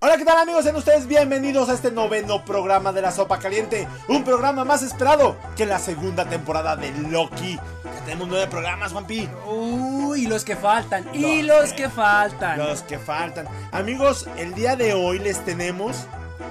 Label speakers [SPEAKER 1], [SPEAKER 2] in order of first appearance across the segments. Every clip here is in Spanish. [SPEAKER 1] Hola, ¿qué tal amigos? Sean ustedes bienvenidos a este noveno programa de la Sopa Caliente, un programa más esperado que la segunda temporada de Loki. Ya tenemos nueve programas, Juanpi.
[SPEAKER 2] Uy, los que faltan, y
[SPEAKER 1] eh,
[SPEAKER 2] los que faltan.
[SPEAKER 1] Los que faltan. Amigos, el día de hoy les tenemos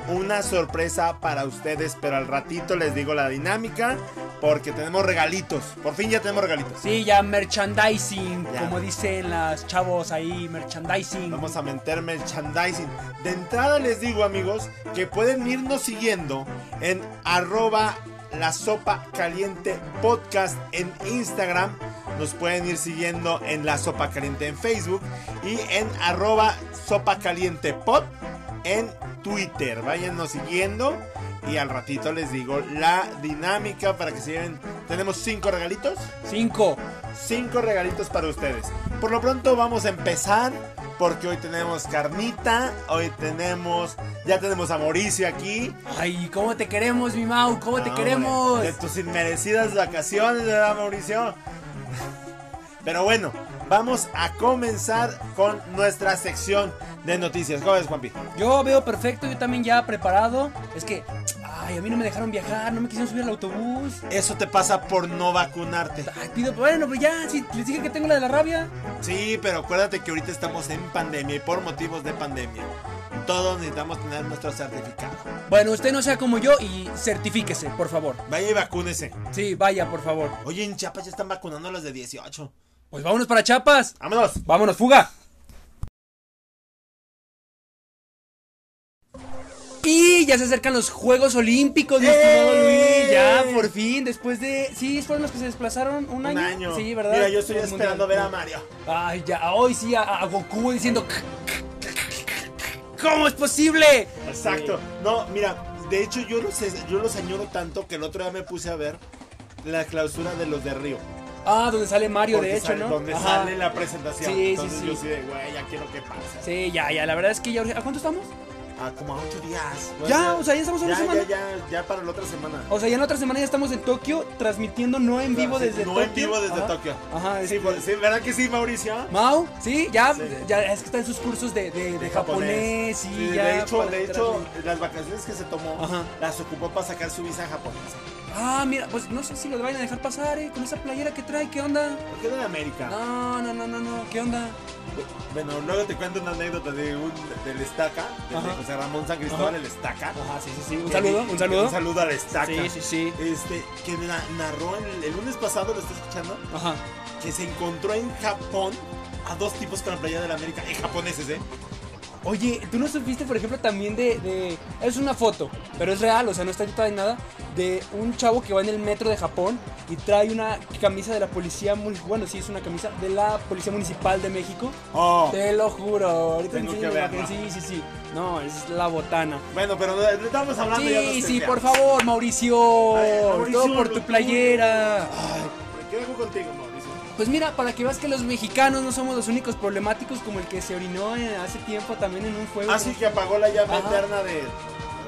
[SPEAKER 1] una sorpresa para ustedes, pero al ratito les digo la dinámica porque tenemos regalitos. Por fin ya tenemos regalitos.
[SPEAKER 2] Sí, ya merchandising,
[SPEAKER 1] Ya.
[SPEAKER 2] como dicen las chavos ahí, merchandising.
[SPEAKER 1] Vamos a meter merchandising. De entrada les digo, amigos, que pueden irnos siguiendo en arroba la sopa caliente podcast en Instagram. Nos pueden ir siguiendo en la sopa caliente en Facebook y en arroba sopa caliente pod en Twitter. Váyanos siguiendo y al ratito les digo la dinámica para que se lleven. Tenemos cinco regalitos.
[SPEAKER 2] Cinco.
[SPEAKER 1] Cinco regalitos para ustedes. Por lo pronto vamos a empezar porque hoy tenemos carnita, hoy tenemos, ya tenemos a Mauricio aquí.
[SPEAKER 2] Ay, cómo te queremos, mi Mau, cómo te
[SPEAKER 1] No,
[SPEAKER 2] queremos.
[SPEAKER 1] hombre, De tus inmerecidas vacaciones, ¿verdad, Mauricio? Pero bueno, vamos a comenzar con nuestra sección de noticias. ¿Cómo ves, Juanpi?
[SPEAKER 2] Yo veo perfecto, yo también ya preparado. Es que, ay, a mí no me dejaron viajar, no me quisieron subir al autobús.
[SPEAKER 1] Eso te pasa por no vacunarte.
[SPEAKER 2] Ay, pido, bueno, pues ya, si les dije que tengo la de la rabia.
[SPEAKER 1] Sí, pero acuérdate que ahorita estamos en pandemia y por motivos de pandemia. Todos necesitamos tener nuestro certificado.
[SPEAKER 2] Bueno, usted no sea como yo y certifíquese, por favor.
[SPEAKER 1] Vaya y vacúnese.
[SPEAKER 2] Sí, vaya, por favor.
[SPEAKER 1] Oye, en Chiapas ya están vacunando a los de 18.
[SPEAKER 2] Pues vámonos para Chiapas.
[SPEAKER 1] ¡Vámonos!
[SPEAKER 2] Vámonos, fuga. Y ya se acercan los Juegos Olímpicos, mi estimado
[SPEAKER 1] ¡Eh!
[SPEAKER 2] Luis. Ya, por fin, después de. Sí, fueron los que se desplazaron un,
[SPEAKER 1] Un
[SPEAKER 2] año.
[SPEAKER 1] año.
[SPEAKER 2] Sí, ¿verdad?
[SPEAKER 1] Mira, yo estoy
[SPEAKER 2] Del
[SPEAKER 1] esperando ver
[SPEAKER 2] mundial.
[SPEAKER 1] a Mario.
[SPEAKER 2] Ay, ya, hoy sí, a, a Goku diciendo. ¿Cómo es posible?
[SPEAKER 1] Exacto. No, mira, de hecho yo los, yo los añoro tanto que el otro día me puse a ver la clausura de los de Río.
[SPEAKER 2] Ah, donde sale Mario,
[SPEAKER 1] Porque
[SPEAKER 2] de hecho,
[SPEAKER 1] sale-
[SPEAKER 2] ¿no?
[SPEAKER 1] Donde
[SPEAKER 2] Ajá.
[SPEAKER 1] sale la presentación.
[SPEAKER 2] Sí, sí,
[SPEAKER 1] Entonces
[SPEAKER 2] sí.
[SPEAKER 1] yo sí de, güey, ya quiero que pase.
[SPEAKER 2] Sí, ya, ya, la verdad es que ya. ¿A cuánto estamos?
[SPEAKER 1] Ah, como a ocho días.
[SPEAKER 2] Ya, o sea, ya estamos a una
[SPEAKER 1] ya,
[SPEAKER 2] semana.
[SPEAKER 1] Ya, ya, ya para la otra semana.
[SPEAKER 2] O sea, ya en la otra semana ya estamos en Tokio transmitiendo no en vivo
[SPEAKER 1] Sí,
[SPEAKER 2] desde
[SPEAKER 1] no
[SPEAKER 2] Tokio.
[SPEAKER 1] en vivo desde
[SPEAKER 2] Ajá.
[SPEAKER 1] Tokio.
[SPEAKER 2] Ajá,
[SPEAKER 1] Sí,
[SPEAKER 2] este-
[SPEAKER 1] por- sí, ¿verdad que sí, Mauricio?
[SPEAKER 2] Mau, sí, ya,
[SPEAKER 1] Sí.
[SPEAKER 2] ya es que está en sus cursos de, de- de japonés, sí,
[SPEAKER 1] Sí,
[SPEAKER 2] ya.
[SPEAKER 1] de hecho,
[SPEAKER 2] para
[SPEAKER 1] de
[SPEAKER 2] entrar-
[SPEAKER 1] hecho, las vacaciones que se tomó
[SPEAKER 2] Ajá.
[SPEAKER 1] las ocupó para sacar su visa japonesa.
[SPEAKER 2] Ah, mira, pues no sé si lo vayan a dejar pasar, eh, con esa playera que trae, ¿qué onda?
[SPEAKER 1] ¿Por qué no en América?
[SPEAKER 2] No, no, no, no, no, ¿qué onda?
[SPEAKER 1] Bueno, luego te cuento una anécdota de un, del Estaca, de
[SPEAKER 2] Ajá.
[SPEAKER 1] José Ramón San Cristóbal,
[SPEAKER 2] Ajá.
[SPEAKER 1] el Estaca.
[SPEAKER 2] Ajá, sí, sí, sí, un
[SPEAKER 1] Que
[SPEAKER 2] saludo,
[SPEAKER 1] di-
[SPEAKER 2] un saludo.
[SPEAKER 1] Un saludo al Estaca.
[SPEAKER 2] Sí, sí, sí.
[SPEAKER 1] Este, que na- narró el, el lunes pasado, lo está escuchando,
[SPEAKER 2] Ajá.
[SPEAKER 1] que se encontró en Japón a dos tipos con la playa de la América, eh, japoneses, ¿eh?
[SPEAKER 2] Oye, ¿tú no supiste, por ejemplo, también de, de- Es una foto, pero es real, o sea, no está editada ni nada. De un chavo que va en el metro de Japón y trae una camisa de la policía. mun- Bueno, sí, es una camisa de la Policía Municipal de México.
[SPEAKER 1] Oh.
[SPEAKER 2] Te lo juro, ahorita
[SPEAKER 1] Tengo
[SPEAKER 2] enseño
[SPEAKER 1] que
[SPEAKER 2] la
[SPEAKER 1] verla.
[SPEAKER 2] imagen, Sí, sí, sí. No, es la botana.
[SPEAKER 1] Bueno, pero no- no estamos hablando ya de
[SPEAKER 2] Sí,
[SPEAKER 1] los
[SPEAKER 2] sí,
[SPEAKER 1] temas.
[SPEAKER 2] por favor, Mauricio.
[SPEAKER 1] Ay, Mauricio,
[SPEAKER 2] todo por
[SPEAKER 1] lo
[SPEAKER 2] tu
[SPEAKER 1] tuyo.
[SPEAKER 2] playera.
[SPEAKER 1] Ay, ¿qué hago contigo, Mauricio?
[SPEAKER 2] Pues mira, para que veas que los mexicanos no somos los únicos problemáticos, como el que se orinó eh, hace tiempo también en un fuego.
[SPEAKER 1] Así Ah, que apagó la llama
[SPEAKER 2] Ajá.
[SPEAKER 1] eterna de...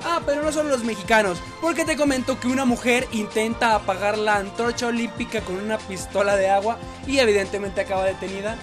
[SPEAKER 2] Ah, pero no solo los mexicanos, porque te comento que una mujer intenta apagar la antorcha olímpica con una pistola de agua y evidentemente acaba detenida.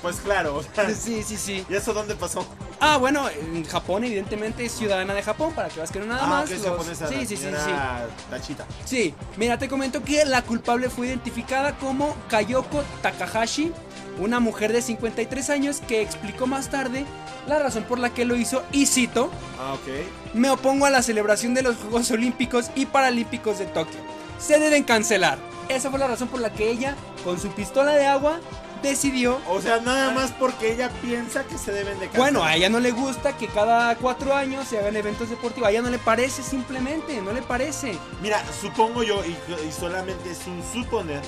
[SPEAKER 1] Pues claro, o sea,
[SPEAKER 2] Sí, sí, sí.
[SPEAKER 1] ¿y eso dónde pasó?
[SPEAKER 2] Ah, bueno, en Japón evidentemente es ciudadana de Japón, para que veas que no nada
[SPEAKER 1] ah,
[SPEAKER 2] más.
[SPEAKER 1] que es
[SPEAKER 2] los-
[SPEAKER 1] japonesa,
[SPEAKER 2] sí,
[SPEAKER 1] la
[SPEAKER 2] sí, sí, sí.
[SPEAKER 1] señora Tachita.
[SPEAKER 2] Sí, mira, te comento que la culpable fue identificada como Kayoko Takahashi, una mujer de 53 años que explicó más tarde la razón por la que lo hizo y cito,
[SPEAKER 1] Ah, ok.
[SPEAKER 2] me opongo a la celebración de los Juegos Olímpicos y Paralímpicos de Tokio. Se deben cancelar. Esa fue la razón por la que ella, con su pistola de agua, decidió...
[SPEAKER 1] O sea, nada más porque ella piensa que se deben de casar.
[SPEAKER 2] Ah. Bueno, a ella no le gusta que cada cuatro años se hagan eventos deportivos. A ella no le parece simplemente, no le parece.
[SPEAKER 1] Mira, supongo yo, y, y solamente es un suponer,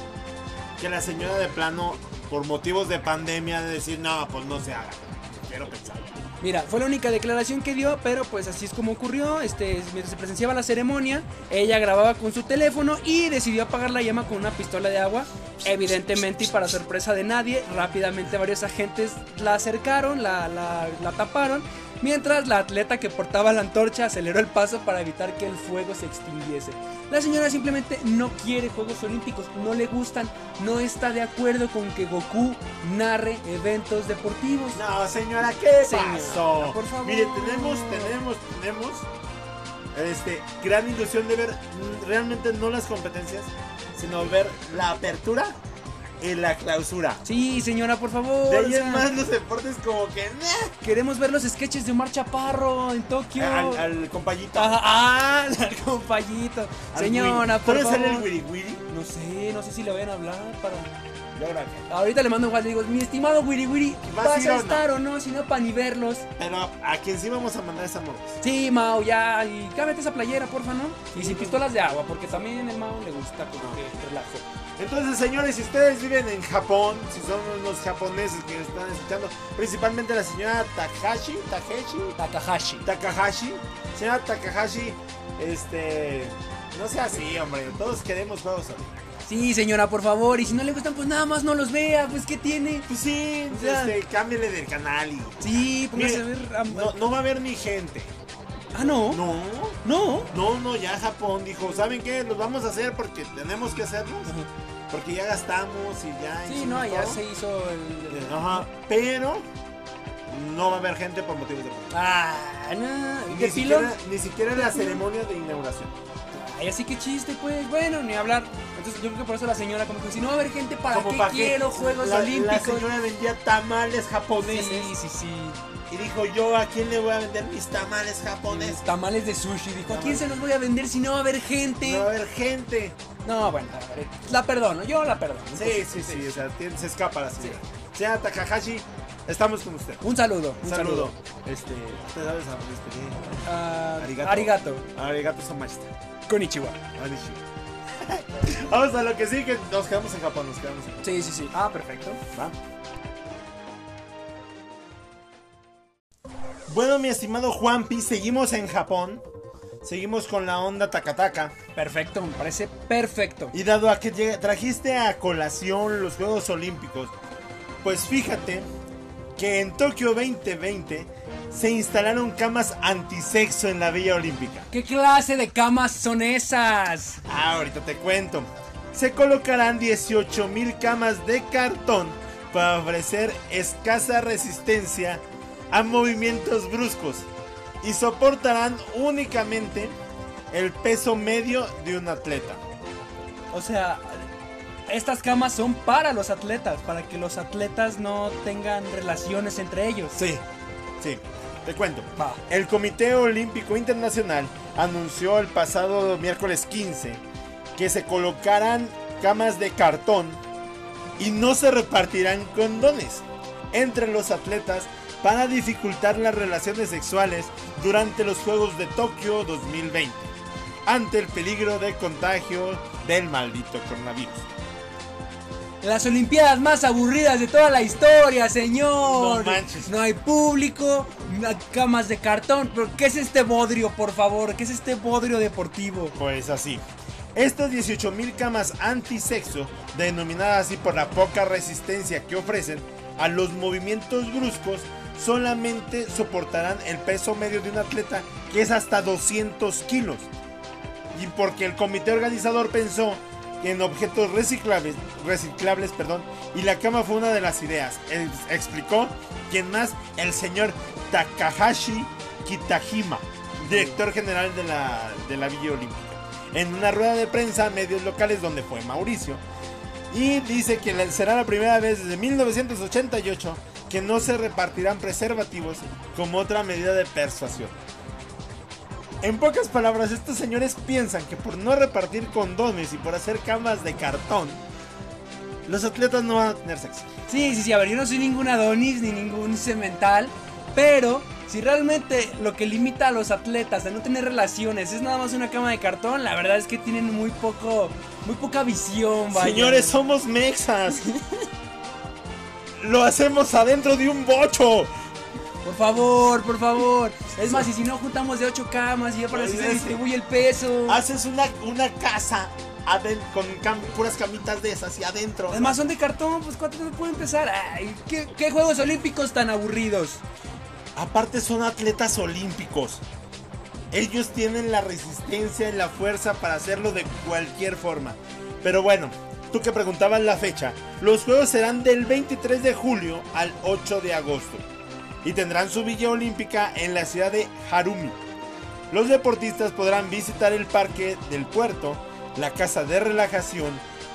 [SPEAKER 1] que la señora de plano, por motivos de pandemia, de decir, no, pues no se haga. Quiero pensar.
[SPEAKER 2] Mira, fue la única declaración que dio, pero pues así es como ocurrió. Este, mientras se presenciaba la ceremonia, ella grababa con su teléfono y decidió apagar la llama con una pistola de agua. Evidentemente, y para sorpresa de nadie, rápidamente varios agentes la acercaron, la, la- la taparon, mientras la atleta que portaba la antorcha aceleró el paso para evitar que el fuego se extinguiese. La señora simplemente no quiere Juegos Olímpicos, no le gustan, no está de acuerdo con que Goku narre eventos deportivos.
[SPEAKER 1] No, señora, ¿qué
[SPEAKER 2] Señora,
[SPEAKER 1] Eso.
[SPEAKER 2] Por favor.
[SPEAKER 1] Mire, tenemos, tenemos, tenemos. Este, gran ilusión de ver mm, realmente no las competencias, sino ver la apertura y la clausura.
[SPEAKER 2] Sí, señora, por favor.
[SPEAKER 1] De
[SPEAKER 2] o
[SPEAKER 1] ahí
[SPEAKER 2] sea,
[SPEAKER 1] en más los deportes como que nah,
[SPEAKER 2] Queremos ver los sketches de Omar Chaparro en Tokio.
[SPEAKER 1] al, al compañito.
[SPEAKER 2] Ajá, ah, al compañito.
[SPEAKER 1] al
[SPEAKER 2] Señora,
[SPEAKER 1] Willy.
[SPEAKER 2] por
[SPEAKER 1] ¿Puede
[SPEAKER 2] favor.
[SPEAKER 1] ser el Wiri Wiri?
[SPEAKER 2] No sé, no sé si le van a hablar para.
[SPEAKER 1] Logra que-
[SPEAKER 2] Ahorita le mando un WhatsApp y digo, mi estimado Wiri Wiri,
[SPEAKER 1] ¿Vas a
[SPEAKER 2] ¿vas
[SPEAKER 1] ir o
[SPEAKER 2] a
[SPEAKER 1] no?
[SPEAKER 2] estar o no? Si no, para ni verlos.
[SPEAKER 1] Pero a quien sí vamos a mandar esa morros.
[SPEAKER 2] Sí, Mao, ya, y cámete esa playera, porfa, ¿no? Y sin pistolas de agua, porque también el Mao le gusta como que relaje.
[SPEAKER 1] Entonces, señores, si ustedes viven en Japón, si son unos japoneses que están escuchando, principalmente la señora Takashi, Takeshi,
[SPEAKER 2] Takahashi.
[SPEAKER 1] Takahashi, señora Takahashi, este, no sea así, hombre, todos queremos juegos. olímpicos.
[SPEAKER 2] Sí, señora, por favor, y si no le gustan, pues nada más no los vea, pues ¿qué tiene?
[SPEAKER 1] Pues sí,
[SPEAKER 2] Ya.
[SPEAKER 1] este, cámbiale del canal y
[SPEAKER 2] Sí, póngase a
[SPEAKER 1] Mire,
[SPEAKER 2] ver. a-
[SPEAKER 1] no, no va a haber ni gente.
[SPEAKER 2] Ah, no. No.
[SPEAKER 1] No, no, no, ya Japón dijo, ¿saben qué? Los vamos a hacer porque tenemos que hacerlos, porque ya gastamos y ya.
[SPEAKER 2] Sí,
[SPEAKER 1] hicimos
[SPEAKER 2] no, ya
[SPEAKER 1] todo".
[SPEAKER 2] se hizo el.
[SPEAKER 1] Ajá, pero no va a haber gente por motivos de política.
[SPEAKER 2] Ah, no.
[SPEAKER 1] Ni
[SPEAKER 2] ¿De pilón?
[SPEAKER 1] siquiera, ni siquiera en la ceremonia de inauguración.
[SPEAKER 2] Ay, así que chiste, pues. Bueno, ni hablar. Entonces, yo creo que por eso la señora, como que si no va a haber gente, ¿para
[SPEAKER 1] Como
[SPEAKER 2] qué
[SPEAKER 1] para que
[SPEAKER 2] quiero Juegos
[SPEAKER 1] la, La
[SPEAKER 2] Olímpicos?
[SPEAKER 1] señora vendía tamales japoneses
[SPEAKER 2] Sí, sí, sí.
[SPEAKER 1] y dijo, yo a quién le voy a vender mis tamales japoneses.
[SPEAKER 2] Tamales de sushi. Dijo, ¿a quién
[SPEAKER 1] Tamales.
[SPEAKER 2] se los voy a vender si no va a haber gente?
[SPEAKER 1] No va a haber gente.
[SPEAKER 2] No, bueno, a ver, la perdono, yo la perdono.
[SPEAKER 1] Sí, sí, sí, o sea, tiene- se escapa la señora. Señora Takahashi, estamos con usted.
[SPEAKER 2] Un saludo. Un
[SPEAKER 1] saludo.
[SPEAKER 2] saludo.
[SPEAKER 1] Este, usted sabe este,
[SPEAKER 2] Ah,
[SPEAKER 1] Arigato.
[SPEAKER 2] arigato.
[SPEAKER 1] Arigato samashita.
[SPEAKER 2] Konnichiwa.
[SPEAKER 1] Arigato. Vamos a lo que sí, que nos quedamos en Japón, nos quedamos en Japón.
[SPEAKER 2] Sí, sí, sí. Ah, perfecto.
[SPEAKER 1] ¿va? Bueno, mi estimado Juanpi, seguimos en Japón. Seguimos con la onda Takataka.
[SPEAKER 2] Perfecto, me parece perfecto.
[SPEAKER 1] Y dado a que llega- trajiste a colación los Juegos Olímpicos, pues fíjate que en Tokio 2020 se instalaron camas antisexo en la Villa Olímpica.
[SPEAKER 2] ¿Qué clase de camas son esas?
[SPEAKER 1] Ah, ahorita te cuento. Se colocarán 18.000 camas de cartón para ofrecer escasa resistencia a movimientos bruscos y soportarán únicamente el peso medio de un atleta.
[SPEAKER 2] O sea, estas camas son para los atletas, para que los atletas no tengan relaciones entre ellos.
[SPEAKER 1] Sí, sí, te cuento.
[SPEAKER 2] Va.
[SPEAKER 1] El Comité Olímpico Internacional anunció el pasado miércoles 15 que se colocarán camas de cartón y no se repartirán condones entre los atletas para dificultar las relaciones sexuales durante los Juegos de Tokio 2020 ante el peligro de contagio del maldito coronavirus.
[SPEAKER 2] Las Olimpiadas más aburridas de toda la historia, señor.
[SPEAKER 1] No manches.
[SPEAKER 2] No hay público, no hay camas de cartón. ¿Pero qué es este bodrio, por favor? ¿Qué es este bodrio deportivo?
[SPEAKER 1] Pues así. Estas 18.000 camas antisexo, denominadas así por la poca resistencia que ofrecen a los movimientos bruscos, solamente soportarán el peso medio de un atleta que es hasta 200 kilos. Y porque el comité organizador pensó que en objetos reciclables, reciclables perdón, y la cama fue una de las ideas, Ex- explicó quien más, el señor Takahashi Kitajima, director general de la, de la Villa Olímpica en una rueda de prensa a medios locales donde fue Mauricio. Y dice que la- será la primera vez desde 1988 que no se repartirán preservativos como otra medida de persuasión. En pocas palabras, estos señores piensan que por no repartir condones y por hacer camas de cartón, los atletas no van a tener sexo.
[SPEAKER 2] Sí, sí, sí. A ver, yo no soy ningún Adonis ni ningún cemental. Pero si realmente lo que limita a los atletas a no tener relaciones es nada más una cama de cartón, la verdad es que tienen muy poco, muy poca visión, vaya.
[SPEAKER 1] Señores, somos mexas. Lo hacemos adentro de un bocho.
[SPEAKER 2] Por favor, por favor. Es más, y si no juntamos de ocho camas y ya para así se
[SPEAKER 1] Olvídate.
[SPEAKER 2] distribuye el peso.
[SPEAKER 1] Haces una, una casa aden- con cam- puras camitas de esas y adentro.
[SPEAKER 2] Además son de cartón, pues cuánto no puede empezar. Ay, ¿qué, qué Juegos Olímpicos tan aburridos.
[SPEAKER 1] Aparte son atletas olímpicos. Ellos tienen la resistencia y la fuerza para hacerlo de cualquier forma. Pero bueno, tú que preguntabas la fecha, los juegos serán del 23 de julio al 8 de agosto. y tendrán su villa olímpica en la ciudad de Harumi. Los deportistas podrán visitar el parque del puerto, la casa de relajación,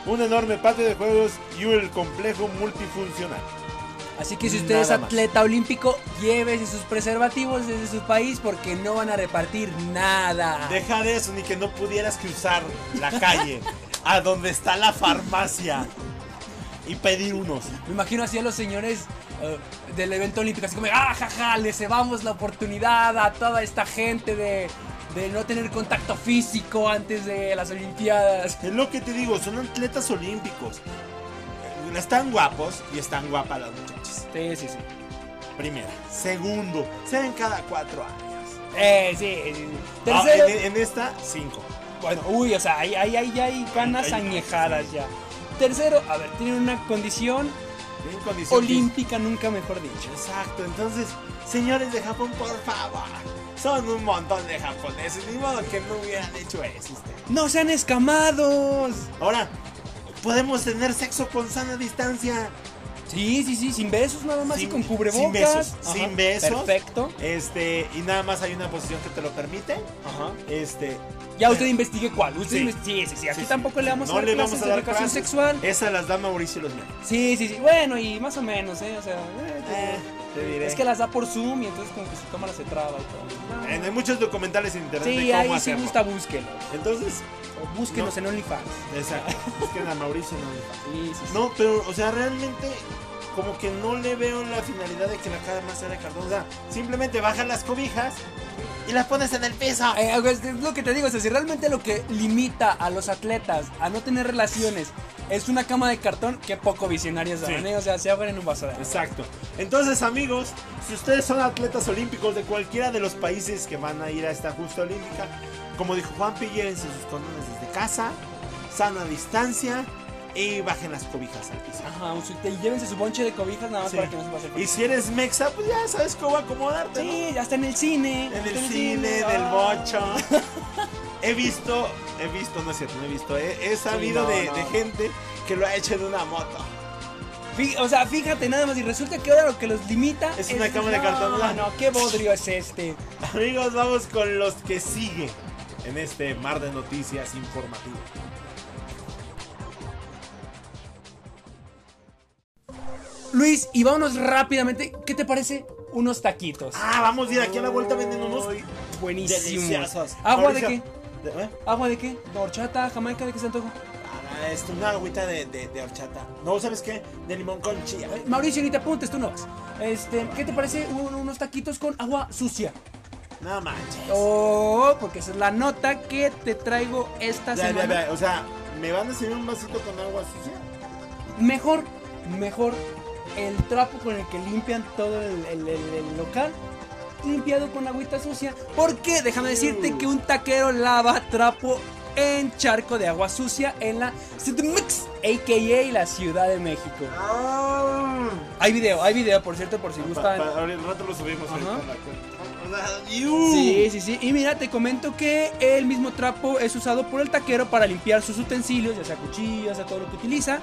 [SPEAKER 1] un enorme patio de juegos y el complejo multifuncional.
[SPEAKER 3] Así que si usted es
[SPEAKER 1] Nada más.
[SPEAKER 3] atleta olímpico, llévese sus preservativos desde su país porque no van a repartir nada.
[SPEAKER 1] Deja de eso, ni que no pudieras cruzar la calle a donde está la farmacia y pedir unos.
[SPEAKER 3] Me imagino así a los señores eh, del evento olímpico, así como, ah, jaja, le cebamos la oportunidad a toda esta gente de, de no tener contacto físico antes de las Olimpiadas.
[SPEAKER 1] Es lo que te digo, son atletas olímpicos. Eh, Están guapos y están guapas las muchachas.
[SPEAKER 2] Sí, sí, sí.
[SPEAKER 1] Primera. Segundo, sean cada cuatro años.
[SPEAKER 3] Eh, sí, sí, sí.
[SPEAKER 1] Ah,
[SPEAKER 3] Tercero,
[SPEAKER 1] en, en esta, cinco.
[SPEAKER 2] eh, Bueno, uy, o sea, ahí, ahí, ahí ya hay ganas
[SPEAKER 1] Ahí- ahí-
[SPEAKER 2] añejadas ya. Tercero, a ver, tienen una condición
[SPEAKER 1] En condición
[SPEAKER 2] olímpica, nunca mejor dicho.
[SPEAKER 1] física. Exacto, entonces, señores de Japón, por favor. Son un montón de japoneses, ni modo que no hubieran hecho eso ustedes.
[SPEAKER 2] ¡No sean escamados!
[SPEAKER 1] Ahora, podemos tener sexo con sana distancia.
[SPEAKER 2] Sí, sí, sí, sin besos nada más
[SPEAKER 1] Sin-
[SPEAKER 2] y con cubrebocas.
[SPEAKER 1] sin besos,
[SPEAKER 2] Ajá,
[SPEAKER 1] sin besos.
[SPEAKER 2] Perfecto.
[SPEAKER 1] Este, y nada más hay una posición que te lo permite.
[SPEAKER 2] Ajá.
[SPEAKER 1] Este,
[SPEAKER 2] Ya usted investigue cuál. Usted
[SPEAKER 1] Sí.
[SPEAKER 2] investi- sí, sí, sí. Aquí
[SPEAKER 1] sí,
[SPEAKER 2] tampoco
[SPEAKER 1] sí.
[SPEAKER 2] le vamos
[SPEAKER 1] No
[SPEAKER 2] a dar
[SPEAKER 1] le
[SPEAKER 2] clases
[SPEAKER 1] vamos a
[SPEAKER 2] de
[SPEAKER 1] dar
[SPEAKER 2] educación
[SPEAKER 1] clases. Eh.
[SPEAKER 2] sexual.
[SPEAKER 1] esas las da Mauricio los míos.
[SPEAKER 2] Sí, sí, sí. Bueno, y más o menos, ¿eh? O sea, eh,
[SPEAKER 1] Eh, te diré.
[SPEAKER 2] es que las da por Zoom y entonces como que su cámara se traba y todo.
[SPEAKER 1] En- hay muchos documentales en internet
[SPEAKER 2] Sí,
[SPEAKER 1] de
[SPEAKER 2] ahí
[SPEAKER 1] cómo
[SPEAKER 2] sí
[SPEAKER 1] hacerlo.
[SPEAKER 2] gusta, búsquelo.
[SPEAKER 1] Entonces,
[SPEAKER 2] O búsquenos
[SPEAKER 1] No.
[SPEAKER 2] en OnlyFans.
[SPEAKER 1] exacto. es que a Mauricio no le pasa.
[SPEAKER 2] Sí, sí, sí.
[SPEAKER 1] No, pero, o sea, realmente, como que no le veo la finalidad de que la cara más sea de Cardona. O sea, simplemente bajas las cobijas y las pones en el piso.
[SPEAKER 3] Eh, pues, es lo que te digo, o sea, si realmente lo que limita a los atletas a no tener relaciones es una cama de cartón, qué poco visionarios
[SPEAKER 1] Sí.
[SPEAKER 3] ¿eh? O sea, se ahogan en un vaso de agua.
[SPEAKER 1] Exacto. Entonces, amigos, si ustedes son atletas olímpicos de cualquiera de los países que van a ir a esta justa olímpica, como dijo Juan, llévense sus condones desde casa, sana distancia y bajen las cobijas al piso.
[SPEAKER 3] Ajá, un suite- y llévense su bonche de cobijas nada más
[SPEAKER 1] Sí.
[SPEAKER 3] para que no se pase el
[SPEAKER 1] Y si eres mexa, pues ya sabes cómo acomodarte. ¿no?
[SPEAKER 2] Sí, hasta en el cine.
[SPEAKER 1] En
[SPEAKER 2] hasta
[SPEAKER 1] el cine, en el
[SPEAKER 2] Ah.
[SPEAKER 1] bocho. He visto, he visto, no es cierto, no he visto. He, he sabido
[SPEAKER 2] no,
[SPEAKER 1] de,
[SPEAKER 2] no.
[SPEAKER 1] de gente que lo ha hecho en una moto.
[SPEAKER 2] Fí- O sea, fíjate nada más y resulta que ahora lo que los limita
[SPEAKER 1] Es una cama de
[SPEAKER 2] no,
[SPEAKER 1] cartón, ¿verdad?
[SPEAKER 2] No, qué bodrio es este.
[SPEAKER 1] Amigos, vamos con los que siguen en este mar de noticias informativo.
[SPEAKER 2] Luis, y vámonos rápidamente. ¿Qué te parece? Unos taquitos.
[SPEAKER 1] Ah, vamos a ir aquí a la vuelta vendiendo unos
[SPEAKER 2] Uy, buenísimos.
[SPEAKER 1] deliciosos.
[SPEAKER 2] ¿Agua de
[SPEAKER 1] Mauricio,
[SPEAKER 2] qué?
[SPEAKER 1] de- ¿eh?
[SPEAKER 2] ¿Agua de qué? ¿De horchata, jamaica, de qué se antoja?
[SPEAKER 1] Ah, esto, una agüita de, de- de horchata. No, ¿sabes qué? De limón con chía.
[SPEAKER 2] Eh, Mauricio, ni te apuntes, tú no vas. Este, ¿qué te parece un- unos taquitos con agua sucia?
[SPEAKER 1] No manches.
[SPEAKER 2] Oh, porque esa es la nota que te traigo esta
[SPEAKER 1] Ya, ya,
[SPEAKER 2] semana.
[SPEAKER 1] ya, O sea, ¿me van a servir un vasito con agua sucia?
[SPEAKER 2] Mejor, mejor el trapo con el que limpian todo el, el- el- el local. Limpiado con agüita sucia. Porque déjame
[SPEAKER 1] Mm.
[SPEAKER 2] decirte que un taquero lava trapo en charco de agua sucia en la CDMX, a.k.a. la Ciudad de México.
[SPEAKER 1] Ah.
[SPEAKER 2] Hay video, hay video, por cierto, por si
[SPEAKER 1] Pa-
[SPEAKER 2] gustan.
[SPEAKER 1] Ah, pa- ahora el rato lo subimos
[SPEAKER 2] Ajá.
[SPEAKER 1] ahorita en la cuenta. O sea, ¡iu!
[SPEAKER 2] Sí, sí, sí. Y mira, te comento que el mismo trapo es usado por el taquero para limpiar sus utensilios, ya sea cuchillas, ya sea todo lo que utiliza,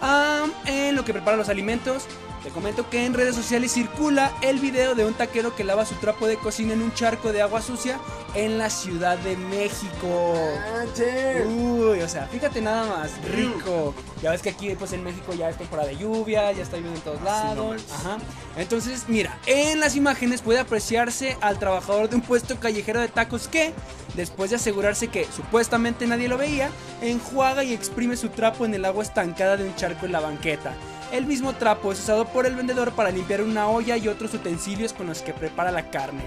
[SPEAKER 2] am, en lo que prepara los alimentos. Te comento que en redes sociales circula el video de un taquero que lava su trapo de cocina en un charco de agua sucia en la Ciudad de México.
[SPEAKER 1] Manches.
[SPEAKER 2] Uy, o sea, fíjate nada más, rico. Ya ves que aquí, pues en México ya es temporada de lluvia, ya está lloviendo en todos
[SPEAKER 1] Ah, sí, no
[SPEAKER 2] lados.
[SPEAKER 1] manches.
[SPEAKER 2] Ajá. Entonces, mira, en las imágenes puede apreciarse al trabajador de un puesto callejero de tacos que, después de asegurarse que supuestamente nadie lo veía, enjuaga y exprime su trapo en el agua estancada de un charco en la banqueta. El mismo trapo es usado por el vendedor para limpiar una olla y otros utensilios con los que prepara la carne.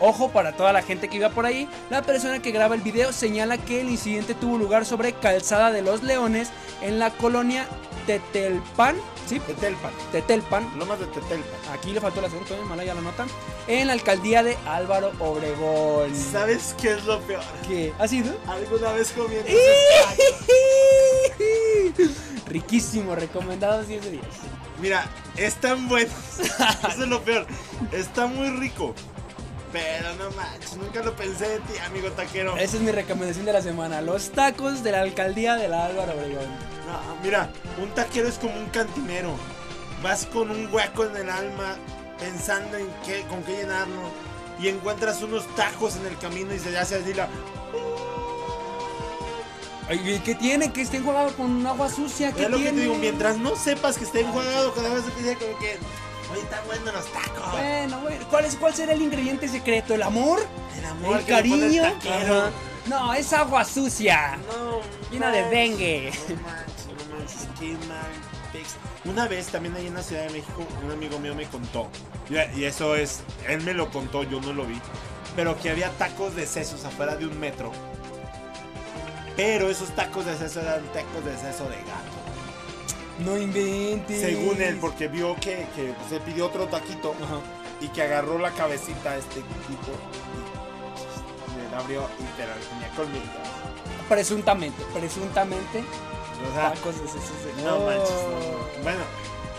[SPEAKER 2] Ojo para toda la gente que iba por ahí, la persona que graba el video señala que el incidente tuvo lugar sobre Calzada de los Leones en la colonia Tetelpan, ¿sí?
[SPEAKER 1] Tetelpan.
[SPEAKER 2] Tetelpan,
[SPEAKER 1] Lomas de Tetelpan.
[SPEAKER 2] aquí le faltó el acento, ¿eh? mala ya la nota, en la alcaldía de Álvaro Obregón. ¿Ah,
[SPEAKER 1] ¿Sabes qué es lo peor?
[SPEAKER 2] ¿Qué? ¿Ha sido?
[SPEAKER 1] Alguna vez comiendo esos tacos.
[SPEAKER 2] Riquísimo, recomendado 10 de 10.
[SPEAKER 1] Mira, es tan bueno. Eso es lo peor. Está muy rico. Pero no manches, nunca lo pensé de ti, amigo taquero.
[SPEAKER 2] Esa es mi recomendación de la semana, los tacos de la alcaldía de la Álvaro Obregón.
[SPEAKER 1] No, mira, un taquero es como un cantinero. Vas con un hueco en el alma, pensando en qué, con qué llenarlo. Y encuentras unos tacos en el camino y se le hace así la.
[SPEAKER 2] Ay, ¿Y qué tiene? Que esté enjuagado con agua sucia. ¿Qué
[SPEAKER 1] Es lo que
[SPEAKER 2] tiene?
[SPEAKER 1] te digo, mientras no sepas que está enjuagado, cada vez que dice como que. Oye, están buenos los tacos.
[SPEAKER 2] Bueno, bueno, ¿cuál, es, ¿cuál será el ingrediente secreto? ¿El amor?
[SPEAKER 1] El amor,
[SPEAKER 2] ¿El
[SPEAKER 1] que le pone
[SPEAKER 2] cariño?
[SPEAKER 1] taquero.
[SPEAKER 2] Ajá. No, es agua sucia.
[SPEAKER 1] No,
[SPEAKER 2] Llena de
[SPEAKER 1] manches,
[SPEAKER 2] dengue.
[SPEAKER 1] no manches, no manches, qué mal pex. Una vez también ahí en la Ciudad de México, un amigo mío me contó, y- y eso es, él me lo contó, yo no lo vi, pero que había tacos de sesos afuera de un metro. Pero esos tacos de seso eran tacos de seso de gato.
[SPEAKER 2] No inventes.
[SPEAKER 1] Según él, porque vio que, que se pidió otro taquito
[SPEAKER 2] Ajá.
[SPEAKER 1] y que agarró la cabecita a este tipo y le la abrió y te la tenía conmigo.
[SPEAKER 2] Presuntamente, presuntamente.
[SPEAKER 1] O sea,
[SPEAKER 2] tacos de sesos de-
[SPEAKER 1] Ah. No manches. no, no. Bueno,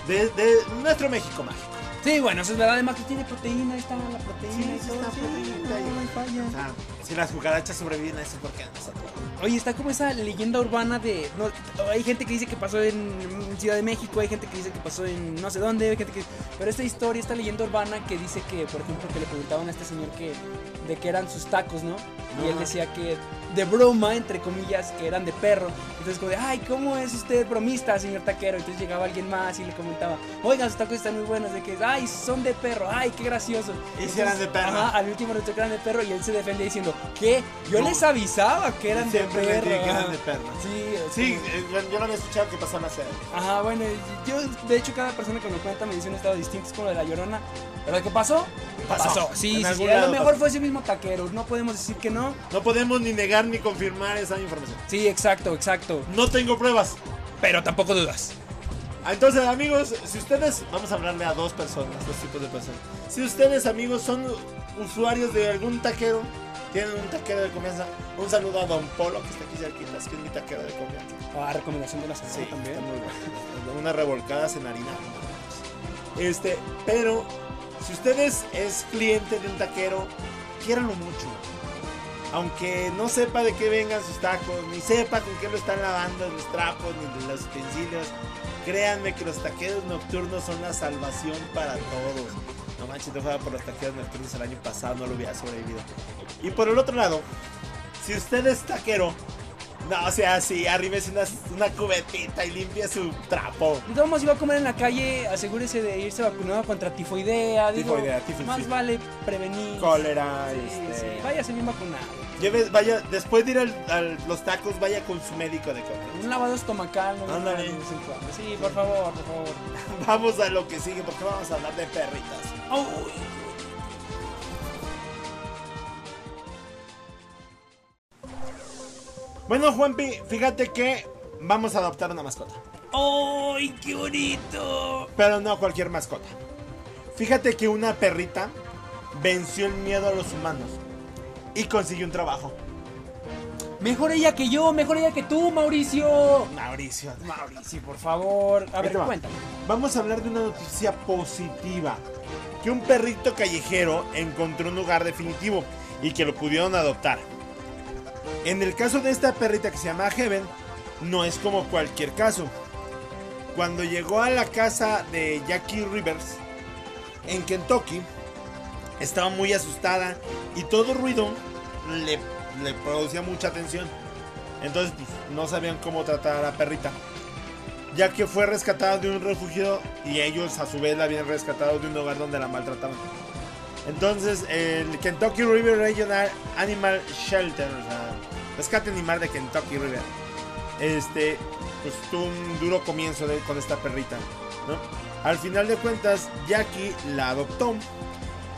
[SPEAKER 1] de, de nuestro México mágico.
[SPEAKER 2] Sí, bueno, eso es verdad. Además que tiene proteína, ahí está la proteína.
[SPEAKER 1] Sí,
[SPEAKER 2] y
[SPEAKER 1] sí
[SPEAKER 2] todo,
[SPEAKER 1] está
[SPEAKER 2] sí,
[SPEAKER 1] proteína
[SPEAKER 2] no,
[SPEAKER 1] ahí.
[SPEAKER 2] no hay falla.
[SPEAKER 1] O sea, si las cucarachas sobreviven a eso, ¿por qué nosotros?
[SPEAKER 4] Oye, está como esa leyenda urbana de. no, hay gente que dice que pasó en Ciudad de México, hay gente que dice que pasó en no sé dónde, hay gente que. Pero esta historia, esta leyenda urbana que dice que, por ejemplo, que le preguntaban a este señor que de qué eran sus tacos, ¿no? Y él
[SPEAKER 1] Ajá.
[SPEAKER 4] decía que de broma, entre comillas, que eran de perro. Entonces como de, ay, ¿cómo es usted bromista, señor taquero? Entonces llegaba alguien más y le comentaba, oigan, sus tacos están muy buenos, de que, ay, son de perro, ay, qué gracioso.
[SPEAKER 1] Y
[SPEAKER 4] Entonces,
[SPEAKER 1] si eran de perro.
[SPEAKER 4] Ajá, al último resultó que eran de perro y él se defendía diciendo, ¿qué? Yo
[SPEAKER 1] No.
[SPEAKER 4] les avisaba que eran
[SPEAKER 1] Siempre
[SPEAKER 4] de
[SPEAKER 1] les
[SPEAKER 4] perro.
[SPEAKER 1] dije que
[SPEAKER 4] ajá.
[SPEAKER 1] eran de perro.
[SPEAKER 4] Sí, es
[SPEAKER 1] Sí,
[SPEAKER 4] como-
[SPEAKER 1] eh, yo- yo no había escuchado que pasaba hacer.
[SPEAKER 4] Ajá, bueno, y yo, de hecho, cada persona que me cuenta me dice un estado distinto, es como de la llorona. ¿Pero qué pasó?
[SPEAKER 1] Pasó. En
[SPEAKER 4] Sí, sí,
[SPEAKER 1] algún
[SPEAKER 4] sí, A
[SPEAKER 1] lado
[SPEAKER 4] lo mejor
[SPEAKER 1] pasó.
[SPEAKER 4] fue ese mismo taquero, no podemos decir que no.
[SPEAKER 1] No podemos ni negar ni confirmar esa información.
[SPEAKER 4] Sí, exacto, exacto.
[SPEAKER 1] No tengo pruebas.
[SPEAKER 4] Pero tampoco dudas.
[SPEAKER 1] Ah, Entonces, amigos, si ustedes, vamos a hablarle a dos personas, dos tipos de personas. Si ustedes, amigos, son usuarios de algún taquero, tienen un taquero de confianza, un saludo a Don Polo, que está aquí cerquita, es que es mi taquero de confianza.
[SPEAKER 4] Ah, recomendación de la semana
[SPEAKER 1] Sí,
[SPEAKER 4] también.
[SPEAKER 1] está muy bueno. Unas revolcadas en harina. Este, pero si ustedes es cliente de un taquero, quiéranlo mucho. Aunque no sepa de qué vengan sus tacos, ni sepa con qué lo están lavando los trapos, ni los utensilios, créanme que los taqueros nocturnos son la salvación para todos. No manches, no fuera por los taqueros nocturnos el año pasado, no lo hubiera sobrevivido. Y por el otro lado, si usted es taquero, no, o sea, si arrímese una, una cubetita y limpie su trapo.
[SPEAKER 4] Entonces, Pues si va a comer en la calle, asegúrese de irse vacunado contra tifoidea. Digo,
[SPEAKER 1] Tifoidea, tifus,
[SPEAKER 4] más
[SPEAKER 1] sí.
[SPEAKER 4] vale prevenir.
[SPEAKER 1] Cólera,
[SPEAKER 4] Sí,
[SPEAKER 1] este.
[SPEAKER 4] sí, váyase bien vacunado.
[SPEAKER 1] Lleve- vaya, después de ir al- a los tacos, vaya con su médico de confianza.
[SPEAKER 4] Un lavado estomacal, no
[SPEAKER 1] Ándale.
[SPEAKER 4] De vez en cuando. Sí, por favor, por favor.
[SPEAKER 1] Vamos a lo que sigue, porque vamos a hablar de perritas.
[SPEAKER 4] Uy.
[SPEAKER 1] Bueno, Juanpi, fíjate que vamos a adoptar una mascota.
[SPEAKER 2] ¡Ay, qué bonito!
[SPEAKER 1] Pero no cualquier mascota. Fíjate que una perrita venció el miedo a los humanos y consiguió un trabajo.
[SPEAKER 2] Mejor ella que yo, mejor ella que tú, Mauricio.
[SPEAKER 1] Mauricio,
[SPEAKER 2] Mauricio, por favor. A
[SPEAKER 1] Ahí
[SPEAKER 2] ver,
[SPEAKER 1] te va.
[SPEAKER 2] cuéntame.
[SPEAKER 1] Vamos a hablar de una noticia positiva. Que un perrito callejero encontró un lugar definitivo y que lo pudieron adoptar. En el caso de esta perrita que se llama Heaven, no es como cualquier caso. Cuando llegó a la casa de Jackie Rivers, en Kentucky, estaba muy asustada y todo ruido le, le producía mucha atención. Entonces pues, no sabían cómo tratar a la perrita ya que fue rescatada de un refugio y ellos a su vez la habían rescatado de un hogar donde la maltrataban. Entonces, el Kentucky River Regional Animal Shelter, o sea, rescate animal de Kentucky River, este, pues tuvo un duro comienzo de- con esta perrita, ¿no? Al final de cuentas, Jackie la adoptó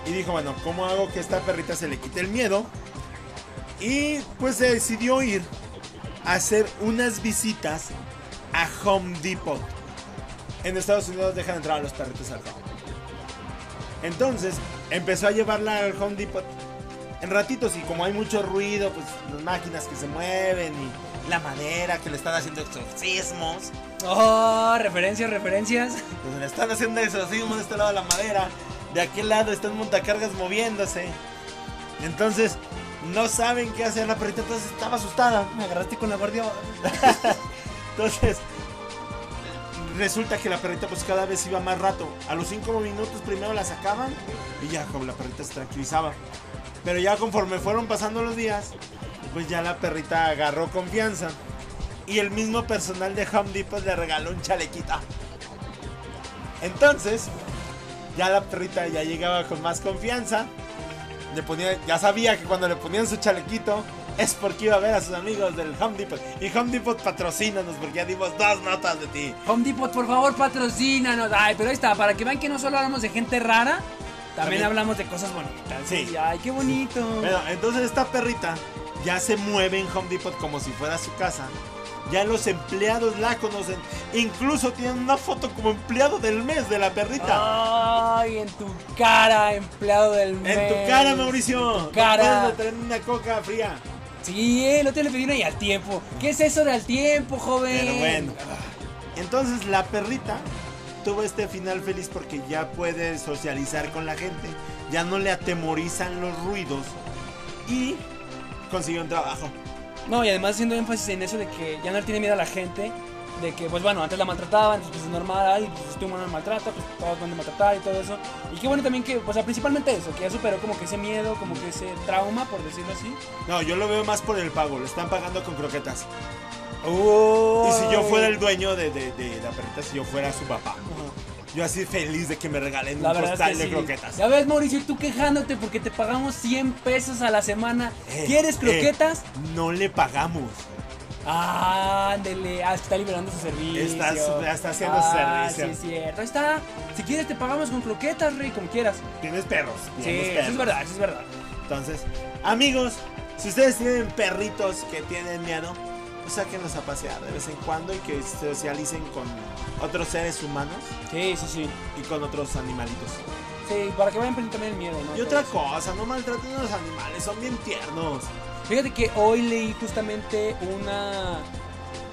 [SPEAKER 1] y dijo, bueno, ¿cómo hago que esta perrita se le quite el miedo? Y pues se decidió ir a hacer unas visitas a Home Depot. En Estados Unidos dejan entrar a los perritos al Home. Entonces empezó a llevarla al Home Depot en ratitos y como hay mucho ruido, pues las máquinas que se mueven y la madera que le están haciendo exorcismos.
[SPEAKER 4] Oh, referencias, referencias.
[SPEAKER 1] Pues le están haciendo exorcismos de este lado de la madera. De aquel lado están montacargas moviéndose. Entonces no saben qué hacer la perrita, entonces estaba asustada.
[SPEAKER 4] Me agarraste con la guardia.
[SPEAKER 1] Entonces, Resulta que la perrita pues cada vez iba más rato. A los cinco minutos primero la sacaban y ya como la perrita se tranquilizaba. Pero ya conforme fueron pasando los días, pues ya la perrita agarró confianza. Y el mismo personal de Home Depot le regaló un chalequita. Entonces, ya la perrita ya llegaba con más confianza. Le ponía, ya sabía que cuando le ponían su chalequito es porque iba a ver a sus amigos del Home Depot. Y Home Depot patrocínanos porque ya dimos dos notas de ti.
[SPEAKER 2] Home Depot, por favor, patrocínanos. Ay, pero ahí está, para que vean que no solo hablamos de gente rara, también,
[SPEAKER 1] También.
[SPEAKER 2] hablamos de cosas bonitas.
[SPEAKER 1] Sí.
[SPEAKER 2] Y, Ay, qué bonito.
[SPEAKER 1] Bueno, entonces esta perrita ya se mueve en Home Depot como si fuera su casa. Ya los empleados la conocen. Incluso tienen una foto como empleado del mes de la perrita.
[SPEAKER 2] Ah, Ay, en tu cara, empleado del mes.
[SPEAKER 1] en tu cara, Mauricio.
[SPEAKER 2] En tu cara.
[SPEAKER 1] No puedes no tener una coca fría.
[SPEAKER 2] Sí, el otro le pedí una y al tiempo. ¿Qué es eso de al tiempo, joven?
[SPEAKER 1] Pero bueno. Entonces la perrita tuvo este final feliz porque ya puede socializar con la gente. Ya no le atemorizan los ruidos. Y consiguió un trabajo.
[SPEAKER 4] No, y además haciendo énfasis en eso de que ya no le tiene miedo a la gente, de que, pues bueno, antes la maltrataban, entonces pues, es normal, ay, pues si tu humano maltrata, pues todos van a maltratar y todo eso. Y qué bueno también que, pues principalmente eso, que ya superó como que ese miedo, como que ese trauma, por decirlo así.
[SPEAKER 1] No, yo lo veo más por el pago. Lo están pagando con croquetas.
[SPEAKER 2] Uy.
[SPEAKER 1] Y si yo fuera el dueño de, de- de la perrita, si yo fuera su papá, yo así feliz de que me regalen
[SPEAKER 2] La
[SPEAKER 1] un
[SPEAKER 2] verdad
[SPEAKER 1] costal
[SPEAKER 2] es que
[SPEAKER 1] de
[SPEAKER 2] sí.
[SPEAKER 1] croquetas.
[SPEAKER 2] Ya ves, Mauricio, tú quejándote porque te pagamos 100 pesos a la semana.
[SPEAKER 1] Eh,
[SPEAKER 2] ¿Quieres
[SPEAKER 1] eh,
[SPEAKER 2] croquetas?
[SPEAKER 1] no le pagamos.
[SPEAKER 2] Ándele, ah, está liberando su servicio.
[SPEAKER 1] Está su- está haciendo su
[SPEAKER 2] ah,
[SPEAKER 1] servicio.
[SPEAKER 2] Sí, es cierto. Ahí está. Si quieres, te pagamos con croquetas, Rey, como quieras.
[SPEAKER 1] Tienes perros.
[SPEAKER 2] Sí,
[SPEAKER 1] tienes
[SPEAKER 2] eso
[SPEAKER 1] perros.
[SPEAKER 2] es verdad, eso es verdad.
[SPEAKER 1] Entonces, amigos, si ustedes tienen perritos que tienen miedo, pues sáquenlos a pasear de vez en cuando y que se socialicen con otros seres humanos
[SPEAKER 4] Sí, sí, sí.
[SPEAKER 1] y con otros animalitos.
[SPEAKER 4] Sí, para que vayan perdiendo también el miedo, ¿no?
[SPEAKER 1] Y otra
[SPEAKER 4] Todo eso.
[SPEAKER 1] cosa, no maltraten a los animales, son bien tiernos.
[SPEAKER 4] Fíjate que hoy leí justamente una.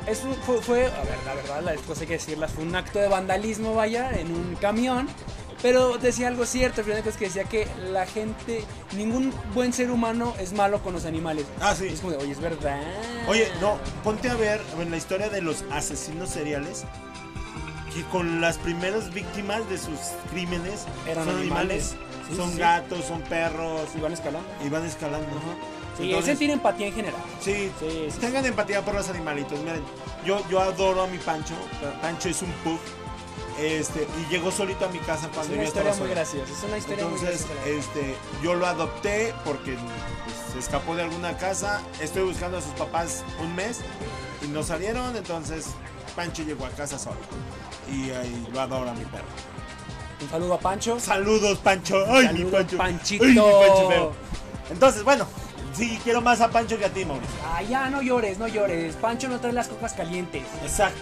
[SPEAKER 4] Es un- fue, fue- a ver, la verdad, la cosa hay que decirlas, fue un acto de vandalismo, vaya, en un camión. Pero decía algo cierto, al final de cuentas, que decía que la gente, ningún buen ser humano es malo con los animales.
[SPEAKER 1] Ah,
[SPEAKER 4] Y
[SPEAKER 1] sí.
[SPEAKER 4] Es como de, oye, es verdad.
[SPEAKER 1] Oye,
[SPEAKER 4] Ah.
[SPEAKER 1] no, ponte a ver en la historia de los asesinos seriales que con las primeras víctimas de sus crímenes
[SPEAKER 4] Eran
[SPEAKER 1] son animales,
[SPEAKER 4] animales. Sí,
[SPEAKER 1] son
[SPEAKER 4] sí.
[SPEAKER 1] gatos, son perros
[SPEAKER 4] Y van escalando.
[SPEAKER 1] y van escalando.
[SPEAKER 4] Sí,
[SPEAKER 1] Entonces-
[SPEAKER 4] ese tiene empatía en general.
[SPEAKER 1] Sí,
[SPEAKER 4] Sí, sí,
[SPEAKER 1] tengan empatía por los animalitos. Miren, yo, yo adoro a mi Pancho. Pancho es un pug. Este, y llegó solito a mi casa
[SPEAKER 4] Es
[SPEAKER 1] cuando
[SPEAKER 4] una
[SPEAKER 1] yo
[SPEAKER 4] historia
[SPEAKER 1] estaba
[SPEAKER 4] muy
[SPEAKER 1] solo.
[SPEAKER 4] graciosa. Es una historia
[SPEAKER 1] Entonces,
[SPEAKER 4] muy graciosa.
[SPEAKER 1] este, yo lo adopté porque pues, se escapó de alguna casa. Estoy buscando a sus papás un mes y no salieron. Entonces, Pancho llegó a casa solo. Y ahí lo adora mi perro.
[SPEAKER 4] Un saludo a Pancho.
[SPEAKER 1] Saludos, Pancho. Ay, mi
[SPEAKER 4] Saludo,
[SPEAKER 1] Pancho.
[SPEAKER 4] Panchito.
[SPEAKER 1] Ay, mi Pancho feo. Entonces, bueno, sí, quiero más a Pancho que a ti, Mauricio.
[SPEAKER 2] Ah, ya, no llores, no llores. Pancho no trae las copas calientes.
[SPEAKER 1] Exacto.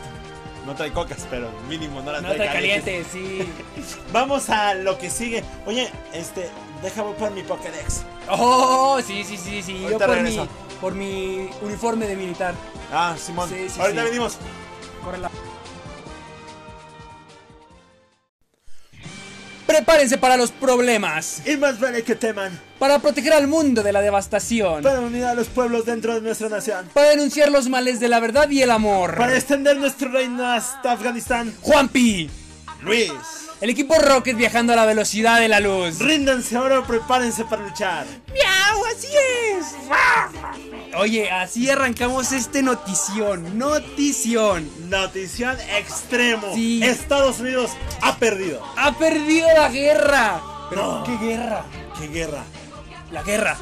[SPEAKER 1] No trae cocas, pero mínimo no las
[SPEAKER 2] No
[SPEAKER 1] trae,
[SPEAKER 2] trae
[SPEAKER 1] calientes.
[SPEAKER 2] calientes, sí.
[SPEAKER 1] Vamos a lo que sigue. Oye, este, déjame por mi Pokédex.
[SPEAKER 2] Oh, sí, sí, sí, sí. Yo
[SPEAKER 1] Ahorita
[SPEAKER 2] por mi,
[SPEAKER 1] regreso.
[SPEAKER 2] por mi uniforme de militar.
[SPEAKER 1] Ah, Simón.
[SPEAKER 2] Sí, sí,
[SPEAKER 1] Ahorita
[SPEAKER 2] sí.
[SPEAKER 1] venimos.
[SPEAKER 2] Córrela. Prepárense para los problemas.
[SPEAKER 1] Y más vale que teman
[SPEAKER 2] Para proteger al mundo de la devastación.
[SPEAKER 1] para unir a los pueblos dentro de nuestra nación.
[SPEAKER 2] Para denunciar los males de la verdad y el amor.
[SPEAKER 1] Para extender nuestro reino hasta Afganistán.
[SPEAKER 2] Juanpi.
[SPEAKER 1] Luis,
[SPEAKER 2] El equipo Rocket viajando a la velocidad de la luz.
[SPEAKER 1] ríndanse ahora o prepárense para luchar.
[SPEAKER 2] ¡Miau! ¡Así es! Oye, así arrancamos este notición. Notición.
[SPEAKER 1] Notición extremo.
[SPEAKER 2] Sí.
[SPEAKER 1] Estados Unidos ha perdido.
[SPEAKER 2] Ha perdido la guerra.
[SPEAKER 1] No.
[SPEAKER 2] ¿Qué guerra?
[SPEAKER 1] ¡Qué guerra!
[SPEAKER 2] La guerra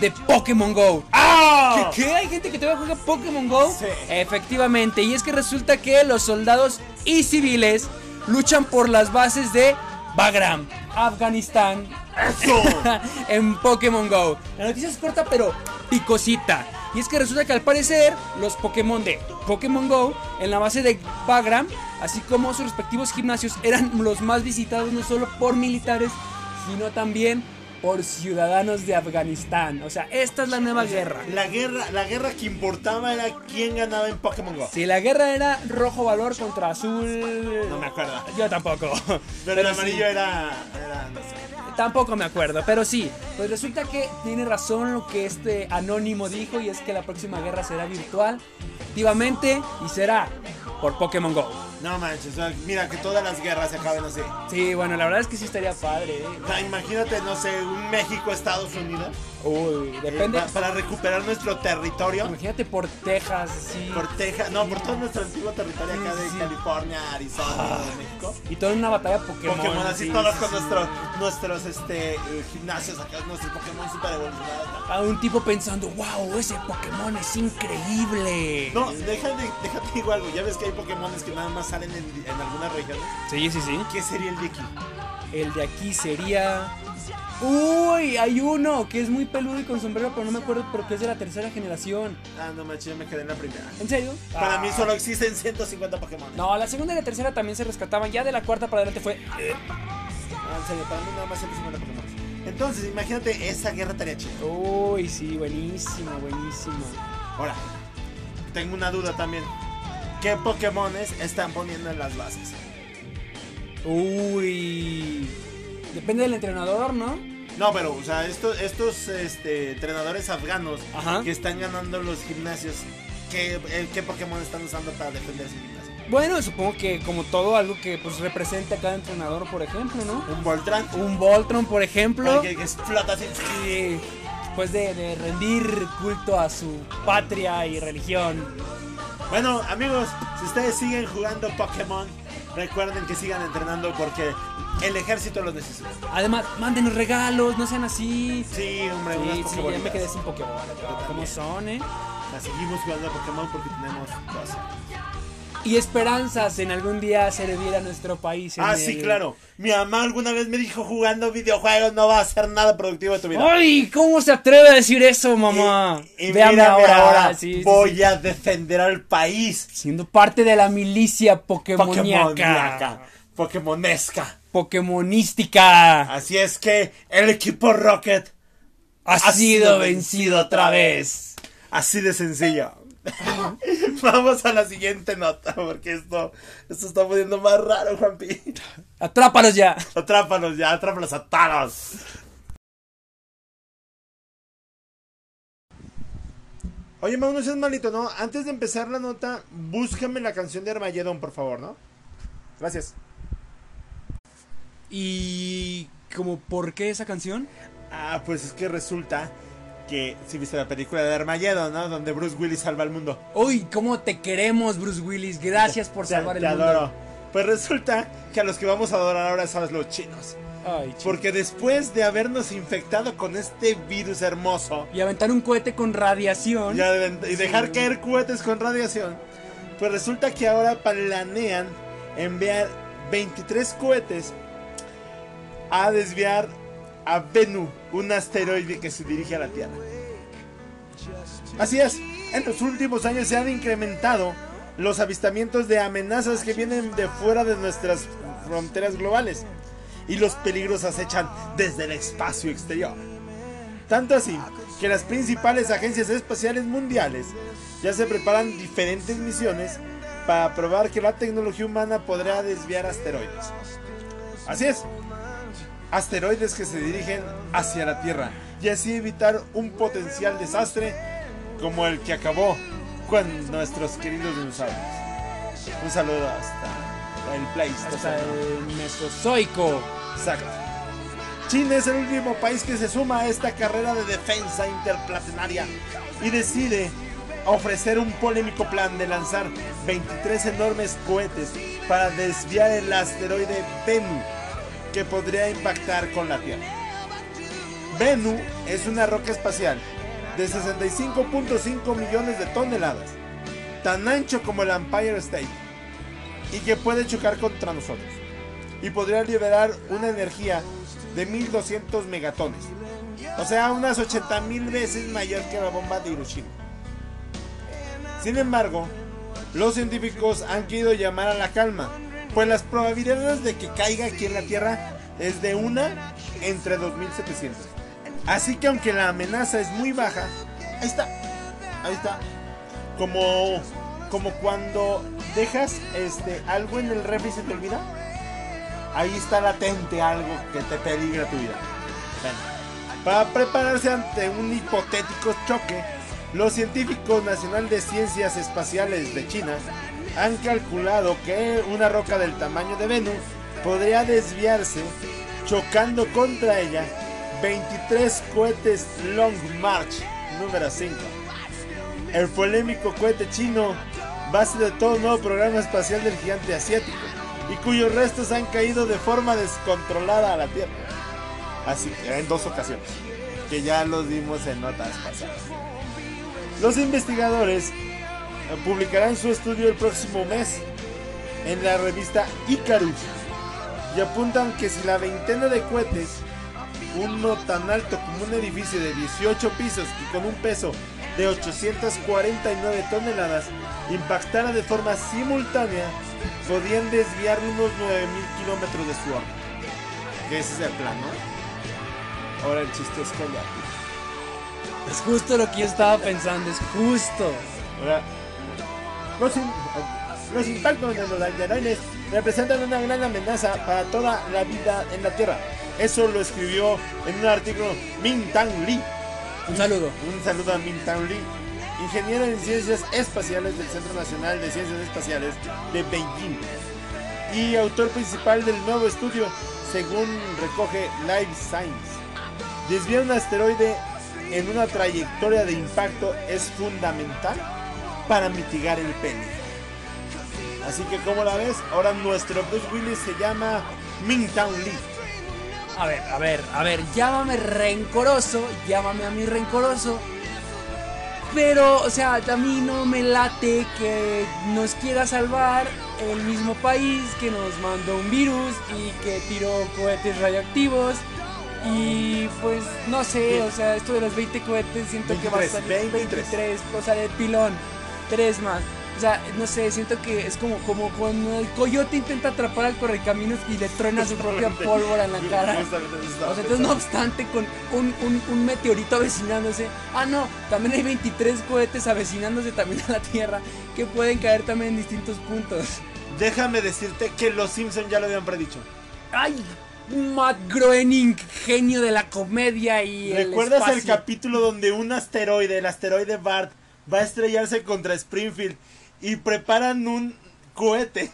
[SPEAKER 2] de Pokémon Go.
[SPEAKER 1] ¡Ah!
[SPEAKER 2] ¿Qué, qué? ¿Hay gente que todavía juega Pokémon Go?
[SPEAKER 1] Sí.
[SPEAKER 2] Efectivamente, y es que resulta que los soldados y civiles luchan por las bases de Bagram, Afganistán,
[SPEAKER 1] ¡Eso!
[SPEAKER 2] en Pokémon Go. La noticia es corta pero picosita. Y es que resulta que al parecer los Pokémon de Pokémon Go en la base de Bagram, así como sus respectivos gimnasios, eran los más visitados no solo por militares, sino también por ciudadanos de Afganistán. O sea, esta es la nueva guerra.
[SPEAKER 1] La guerra, la guerra que importaba era quién ganaba en Pokémon Go.
[SPEAKER 2] Si la guerra era rojo valor contra azul...
[SPEAKER 1] No me acuerdo.
[SPEAKER 2] Yo tampoco.
[SPEAKER 1] Pero, el
[SPEAKER 2] sí.
[SPEAKER 1] amarillo era, era, no sé.
[SPEAKER 2] Tampoco me acuerdo, pero sí. Pues resulta que tiene razón lo que este anónimo dijo y es que la próxima guerra será virtual, activamente y será por Pokémon Go.
[SPEAKER 1] No manches, o sea, mira que todas las guerras se acaben así.
[SPEAKER 2] Sí, bueno, la verdad es que sí estaría padre, ¿eh?
[SPEAKER 1] O sea, imagínate, no sé, un México-Estados Unidos.
[SPEAKER 2] Uy,
[SPEAKER 1] eh,
[SPEAKER 2] depende.
[SPEAKER 1] pa- para recuperar nuestro territorio.
[SPEAKER 2] Imagínate por Texas, sí.
[SPEAKER 1] Por Texas, no, por todo nuestro antiguo territorio acá de
[SPEAKER 2] Sí. Ah,
[SPEAKER 1] California, Arizona, México.
[SPEAKER 2] Y toda una batalla Pokémon.
[SPEAKER 1] Pokémon, así
[SPEAKER 2] sí,
[SPEAKER 1] todos
[SPEAKER 2] sí,
[SPEAKER 1] con
[SPEAKER 2] sí.
[SPEAKER 1] nuestros, nuestros este, eh, gimnasios acá, nuestros Pokémon super evolucionados. ¿no?
[SPEAKER 2] A un tipo pensando, wow, ese Pokémon es increíble.
[SPEAKER 1] No, déjate, déjate digo algo. Ya ves que hay Pokémones que nada más salen en, en algunas regiones.
[SPEAKER 2] Sí, sí, sí.
[SPEAKER 1] ¿Qué sería el de aquí?
[SPEAKER 2] El de aquí sería. Uy, hay uno que es muy peludo y con sombrero, pero no me acuerdo, pero que es de la tercera generación.
[SPEAKER 1] Ah, no manches, yo me quedé en la primera.
[SPEAKER 2] ¿En serio?
[SPEAKER 1] Para
[SPEAKER 2] Ah.
[SPEAKER 1] mí solo existen 150 Pokémon.
[SPEAKER 2] No, la segunda y la tercera también se rescataban. Ya de la cuarta para adelante fue.
[SPEAKER 1] Ah, en serio, para mí nada más 150 Pokémon. Entonces, imagínate esa guerra estaría chida.
[SPEAKER 2] Uy, sí, buenísimo, buenísimo.
[SPEAKER 1] Ahora, tengo una duda también. ¿Qué Pokémones están poniendo en las bases?
[SPEAKER 2] Uy. Depende del entrenador, ¿no?
[SPEAKER 1] No, pero, o sea, estos, estos este, entrenadores afganos
[SPEAKER 2] Ajá.
[SPEAKER 1] que están ganando los gimnasios, ¿qué, eh, qué Pokémon están usando para defender su gimnasio?
[SPEAKER 2] Bueno, supongo que como todo, algo que pues representa a cada entrenador, por ejemplo, ¿no?
[SPEAKER 1] ¿Un Voltran?
[SPEAKER 2] Un Voltron, por ejemplo.
[SPEAKER 1] Que, que explota así.
[SPEAKER 2] Y después de, de rendir culto a su patria y religión.
[SPEAKER 1] Bueno, amigos, si ustedes siguen jugando Pokémon, recuerden que sigan entrenando porque el ejército los necesita.
[SPEAKER 2] Además, mándenos regalos, no sean así.
[SPEAKER 1] Sí, hombre, unas
[SPEAKER 2] Sí, sí, ya me
[SPEAKER 1] Pokébolitas.
[SPEAKER 2] quedé sin Pokémon. ¿Cómo
[SPEAKER 1] también.
[SPEAKER 2] son, eh?
[SPEAKER 1] La seguimos jugando a Pokémon porque tenemos cosas.
[SPEAKER 2] Y esperanzas en algún día servir a nuestro país. en
[SPEAKER 1] Ah,
[SPEAKER 2] el-
[SPEAKER 1] sí, claro. Mi mamá alguna vez me dijo jugando videojuegos no va a hacer nada productivo de tu vida.
[SPEAKER 2] ¡Ay! ¿Cómo se atreve a decir eso, mamá?
[SPEAKER 1] Y, y
[SPEAKER 2] Véame
[SPEAKER 1] mírame ahora,
[SPEAKER 2] Sí, sí, sí.
[SPEAKER 1] voy a defender al país.
[SPEAKER 2] Siendo parte de la milicia
[SPEAKER 1] Pokémoníaca.
[SPEAKER 2] pokémoníaca.
[SPEAKER 1] Pokémonesca.
[SPEAKER 2] Pokémonística.
[SPEAKER 1] Así es que el equipo Rocket
[SPEAKER 2] Ha
[SPEAKER 1] ha
[SPEAKER 2] sido vencido.
[SPEAKER 1] otra vez. Así de sencillo. Vamos a la siguiente nota, porque esto, esto está poniendo más raro, Juanpi.
[SPEAKER 2] Atrápalos ya.
[SPEAKER 1] Atrápanos ya, atrápanos a Thanos. Oye, Mau, no seas malito, ¿no? Antes de empezar la nota, búscame la canción de Armagedón, por favor, ¿no? Gracias.
[SPEAKER 2] ¿Y como por qué esa canción?
[SPEAKER 1] Ah, pues es que resulta que si viste la película de Armageddon, ¿no? Donde Bruce Willis salva al mundo.
[SPEAKER 2] Uy, cómo te queremos, Bruce Willis. Gracias por
[SPEAKER 1] Te-
[SPEAKER 2] salvar
[SPEAKER 1] te
[SPEAKER 2] el mundo.
[SPEAKER 1] adoro. Pues resulta que a los que vamos a adorar ahora sabes los chinos.
[SPEAKER 2] Ay, chico.
[SPEAKER 1] Porque después de habernos infectado con este virus hermoso
[SPEAKER 2] Y aventar un cohete con radiación.
[SPEAKER 1] y, advent- y dejar
[SPEAKER 2] Sí.
[SPEAKER 1] caer cohetes con radiación, pues resulta que ahora planean enviar 23 cohetes a desviar a Venu, un asteroide que se dirige a la Tierra. Así es, en los últimos años se han incrementado los avistamientos de amenazas que vienen de fuera de nuestras fronteras globales y los peligros acechan desde el espacio exterior. Tanto así que las principales agencias espaciales mundiales ya se preparan diferentes misiones para probar que la tecnología humana podrá desviar asteroides. Así es, asteroides que se dirigen hacia la Tierra y así evitar un potencial desastre como el que acabó con nuestros queridos dinosaurios. Un saludo hasta el Pleistoceno.
[SPEAKER 2] Hasta el Mesozoico.
[SPEAKER 1] Exacto. China es el último país que se suma a esta carrera de defensa interplanetaria y decide ofrecer un polémico plan de lanzar 23 enormes cohetes para desviar el asteroide Bennu que podría impactar con la Tierra. Bennu es una roca espacial de 65.5 millones de toneladas, tan ancho como el Empire State y que puede chocar contra nosotros y podría liberar una energía de 1200 megatones. O sea, unas 80.000 veces mayor que la bomba de Hiroshima. Sin embargo, los científicos han querido llamar a la calma, pues las probabilidades de que caiga aquí en la Tierra es de una entre 2700. Así que aunque la amenaza es muy baja, ahí está, ahí está. Como, como cuando dejas este, algo en el refri y se te olvida, ahí está latente algo que te peligra tu vida. Bueno, para prepararse ante un hipotético choque, los científicos Nacional de Ciencias Espaciales de China han calculado que una roca del tamaño de Venus podría desviarse chocando contra ella 23 cohetes Long March número 5. El polémico cohete chino, base de todo nuevo programa espacial del gigante asiático, y cuyos restos han caído de forma descontrolada a la Tierra. Así que en dos ocasiones, que ya los dimos en notas pasadas. Los investigadores eh, publicarán su estudio el próximo mes en la revista Icarus y apuntan que si la veintena de cohetes, uno tan alto como un edificio de 18 pisos y con un peso de 849 toneladas, impactara de forma simultánea, podían desviar unos 9.000 kilómetros de su órbita. Que ese es el plan, ¿no? Ahora el chiste es callar.
[SPEAKER 2] Es justo lo que yo estaba pensando, es justo.
[SPEAKER 1] Ahora, los, im- los impactos de los asteroides representan una gran amenaza para toda la vida en la Tierra. Eso lo escribió en un artículo Min Tang Lee.
[SPEAKER 2] Un saludo.
[SPEAKER 1] Un saludo a Min Tang Lee, ingeniero en ciencias espaciales del Centro Nacional de Ciencias Espaciales de Beijing y autor principal del nuevo estudio, según recoge Life Science. Desviar un asteroide en una trayectoria de impacto es fundamental para mitigar el peligro. Así que como la ves, ahora nuestro Bruce Willis se llama Min Tang Lee.
[SPEAKER 2] A ver, a ver, a ver, llámame rencoroso, llámame a mí rencoroso. Pero, o sea, a mí no me late que nos quiera salvar el mismo país que nos mandó un virus y que tiró cohetes radioactivos. Y pues, no sé, o sea, esto de los 20 cohetes siento que va a
[SPEAKER 1] 23,
[SPEAKER 2] salir
[SPEAKER 1] 23.
[SPEAKER 2] 23, o sea, de pilón, 3 más. O sea, no sé, siento que es como, como cuando el coyote intenta atrapar al correcaminos y le truena su propia pólvora en la cara.
[SPEAKER 1] Justamente eso estaba
[SPEAKER 2] O sea, entonces
[SPEAKER 1] pensando.
[SPEAKER 2] no obstante con un, un- un meteorito avecinándose, ah no, también hay 23 cohetes avecinándose también a la Tierra que pueden caer también en distintos puntos.
[SPEAKER 1] Déjame decirte que los Simpson ya lo habían predicho.
[SPEAKER 2] Ay, Matt Groening, genio de la comedia y el
[SPEAKER 1] ¿Recuerdas el,
[SPEAKER 2] espacio.
[SPEAKER 1] capítulo donde un asteroide, el asteroide Bart, va a estrellarse contra Springfield y preparan un cohete?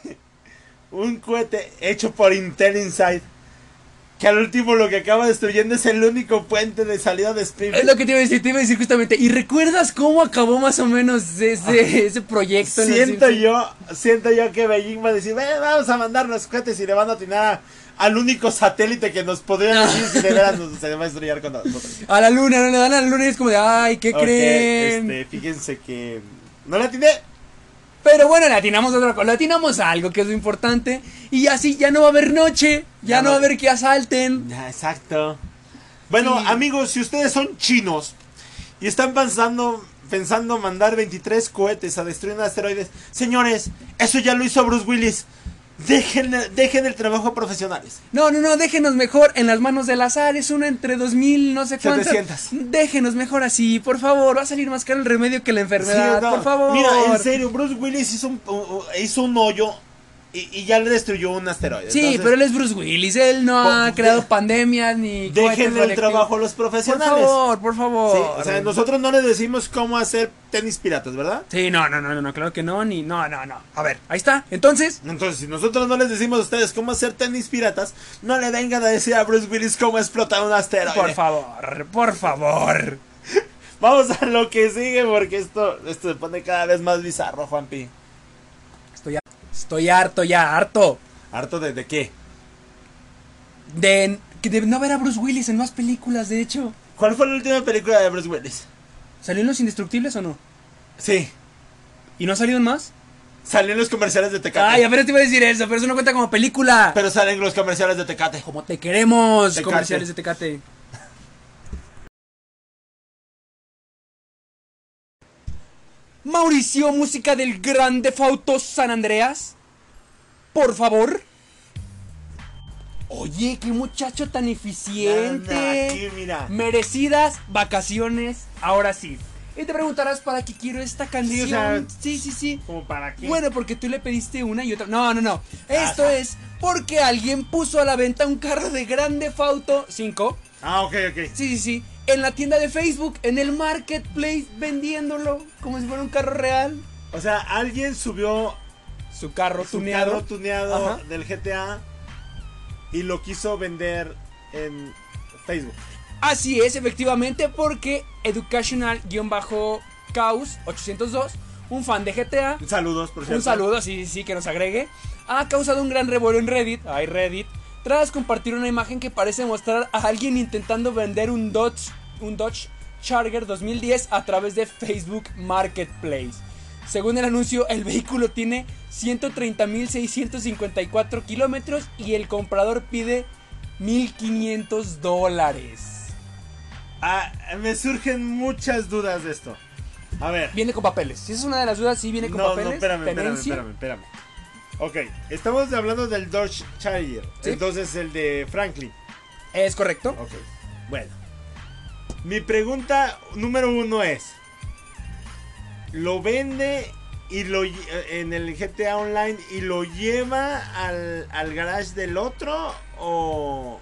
[SPEAKER 1] Un cohete hecho por Intel Inside. Que al último lo que acaba destruyendo es el único puente de salida de
[SPEAKER 2] Es
[SPEAKER 1] Springfield.
[SPEAKER 2] lo que te iba a decir, te iba a decir justamente. ¿Y recuerdas cómo acabó más o menos ese, ese proyecto? en los
[SPEAKER 1] Ah, Siento
[SPEAKER 2] Simpsons?
[SPEAKER 1] yo, siento yo que Beijing va a decir, "Ven, vamos a mandar los cohetes y le van a atinar a- al único satélite que nos podría decir si de veras nos- se va a estrellar con nosotros.
[SPEAKER 2] A la luna, no le dan a la luna y es como de, ay, ¿qué
[SPEAKER 1] Ok,
[SPEAKER 2] creen?
[SPEAKER 1] este, fíjense que no la atiné.
[SPEAKER 2] Pero bueno, le atinamos a otra cosa, le atinamos a algo que es lo importante. Y así ya no va a haber noche,
[SPEAKER 1] Ya
[SPEAKER 2] ya, no
[SPEAKER 1] no.
[SPEAKER 2] va a haber que asalten.
[SPEAKER 1] Ya, exacto. Bueno,
[SPEAKER 2] Sí.
[SPEAKER 1] amigos, si ustedes son chinos y están pensando, pensando mandar 23 cohetes a destruir un asteroides, señores, eso ya lo hizo Bruce Willis. Dejen, dejen el trabajo a profesionales.
[SPEAKER 2] No, no, no, déjenos mejor en las manos del azar, es una entre dos mil, no sé cuántas.
[SPEAKER 1] 700.
[SPEAKER 2] Déjenos mejor así, por favor, va a salir más caro el remedio que la enfermedad,
[SPEAKER 1] Sí, no.
[SPEAKER 2] por favor.
[SPEAKER 1] Mira, en serio, Bruce Willis hizo un, uh, uh, hizo un hoyo y, y ya le destruyó un asteroide.
[SPEAKER 2] Sí,
[SPEAKER 1] Entonces,
[SPEAKER 2] pero él es Bruce Willis, él no
[SPEAKER 1] Po-
[SPEAKER 2] ha
[SPEAKER 1] de-
[SPEAKER 2] creado pandemias ni... cohetes
[SPEAKER 1] Déjenle el
[SPEAKER 2] radioactivos.
[SPEAKER 1] trabajo a los
[SPEAKER 2] Por
[SPEAKER 1] profesionales.
[SPEAKER 2] favor, por favor.
[SPEAKER 1] Sí, o sea, nosotros no les decimos cómo hacer tenis piratas, ¿verdad?
[SPEAKER 2] Sí, no, no, no, no, no, claro que no, ni... No, no, no. A ver, ahí está. Entonces,
[SPEAKER 1] Entonces, si nosotros no les decimos a ustedes cómo hacer tenis piratas, no le vengan a decir a Bruce Willis cómo explotar un asteroide.
[SPEAKER 2] por favor, por favor.
[SPEAKER 1] Vamos a lo que sigue porque esto, esto se pone cada vez más bizarro, Juanpi.
[SPEAKER 2] Estoy, har- estoy harto ya, harto
[SPEAKER 1] ¿Harto de, de qué?
[SPEAKER 2] de, que de no ver a Bruce Willis en más películas, de hecho.
[SPEAKER 1] ¿Cuál fue la última película de Bruce Willis?
[SPEAKER 2] ¿Salió en Los Indestructibles o no?
[SPEAKER 1] Sí,
[SPEAKER 2] ¿Y no ha salido en más?
[SPEAKER 1] salió en los comerciales de Tecate.
[SPEAKER 2] Ay, apenas te iba a decir eso, pero eso no cuenta como película.
[SPEAKER 1] Pero salen los comerciales de Tecate.
[SPEAKER 2] como te queremos,
[SPEAKER 1] Tecate.
[SPEAKER 2] comerciales de Tecate. Mauricio, música del Grande Fauto San Andreas. Por favor. Oye, qué muchacho tan eficiente.
[SPEAKER 1] Anda, Aquí, mira.
[SPEAKER 2] Merecidas vacaciones, ahora sí. Y te preguntarás para qué quiero esta canción.
[SPEAKER 1] sea,
[SPEAKER 2] sí, sí, sí.
[SPEAKER 1] ¿Como para qué?
[SPEAKER 2] Bueno, porque tú le pediste una y otra. No, no, no. Esto
[SPEAKER 1] Ajá.
[SPEAKER 2] es porque alguien puso a la venta un carro de grande Fauto 5.
[SPEAKER 1] Ah, ok, ok.
[SPEAKER 2] Sí, sí, sí. En la tienda de Facebook, en el marketplace, vendiéndolo como si fuera un carro real.
[SPEAKER 1] O sea, alguien subió
[SPEAKER 2] su carro
[SPEAKER 4] su
[SPEAKER 2] tuneado.
[SPEAKER 4] carro tuneado
[SPEAKER 2] Ajá.
[SPEAKER 4] del GTA y lo quiso vender en Facebook.
[SPEAKER 2] Así es, efectivamente, porque Educational-Caos802, un fan de GTA,
[SPEAKER 4] Saludos, por cierto.
[SPEAKER 2] un saludo, sí, sí, sí, que nos agregue, ha causado un gran revuelo en Reddit, ay Reddit, tras compartir una imagen que parece mostrar a alguien intentando vender un Dodge, un Dodge Charger 2010 a través de Facebook Marketplace. Según el anuncio, el vehículo tiene 130.654 kilómetros y el comprador pide 1.500 dólares.
[SPEAKER 4] Ah, me surgen muchas dudas de esto. A ver.
[SPEAKER 2] Viene con papeles. Si esa es una de las dudas, sí viene con
[SPEAKER 4] no,
[SPEAKER 2] papeles.
[SPEAKER 4] no, espérame, espérame,
[SPEAKER 2] tenencia.
[SPEAKER 4] espérame, espérame. Ok, estamos hablando del Dodge Charger.
[SPEAKER 2] Sí.
[SPEAKER 4] Entonces el de Franklin.
[SPEAKER 2] Es correcto.
[SPEAKER 4] Ok. Bueno. Mi pregunta número uno es. Lo vende y lo lle- eh, en el GTA Online y lo lleva al, al garage del otro o,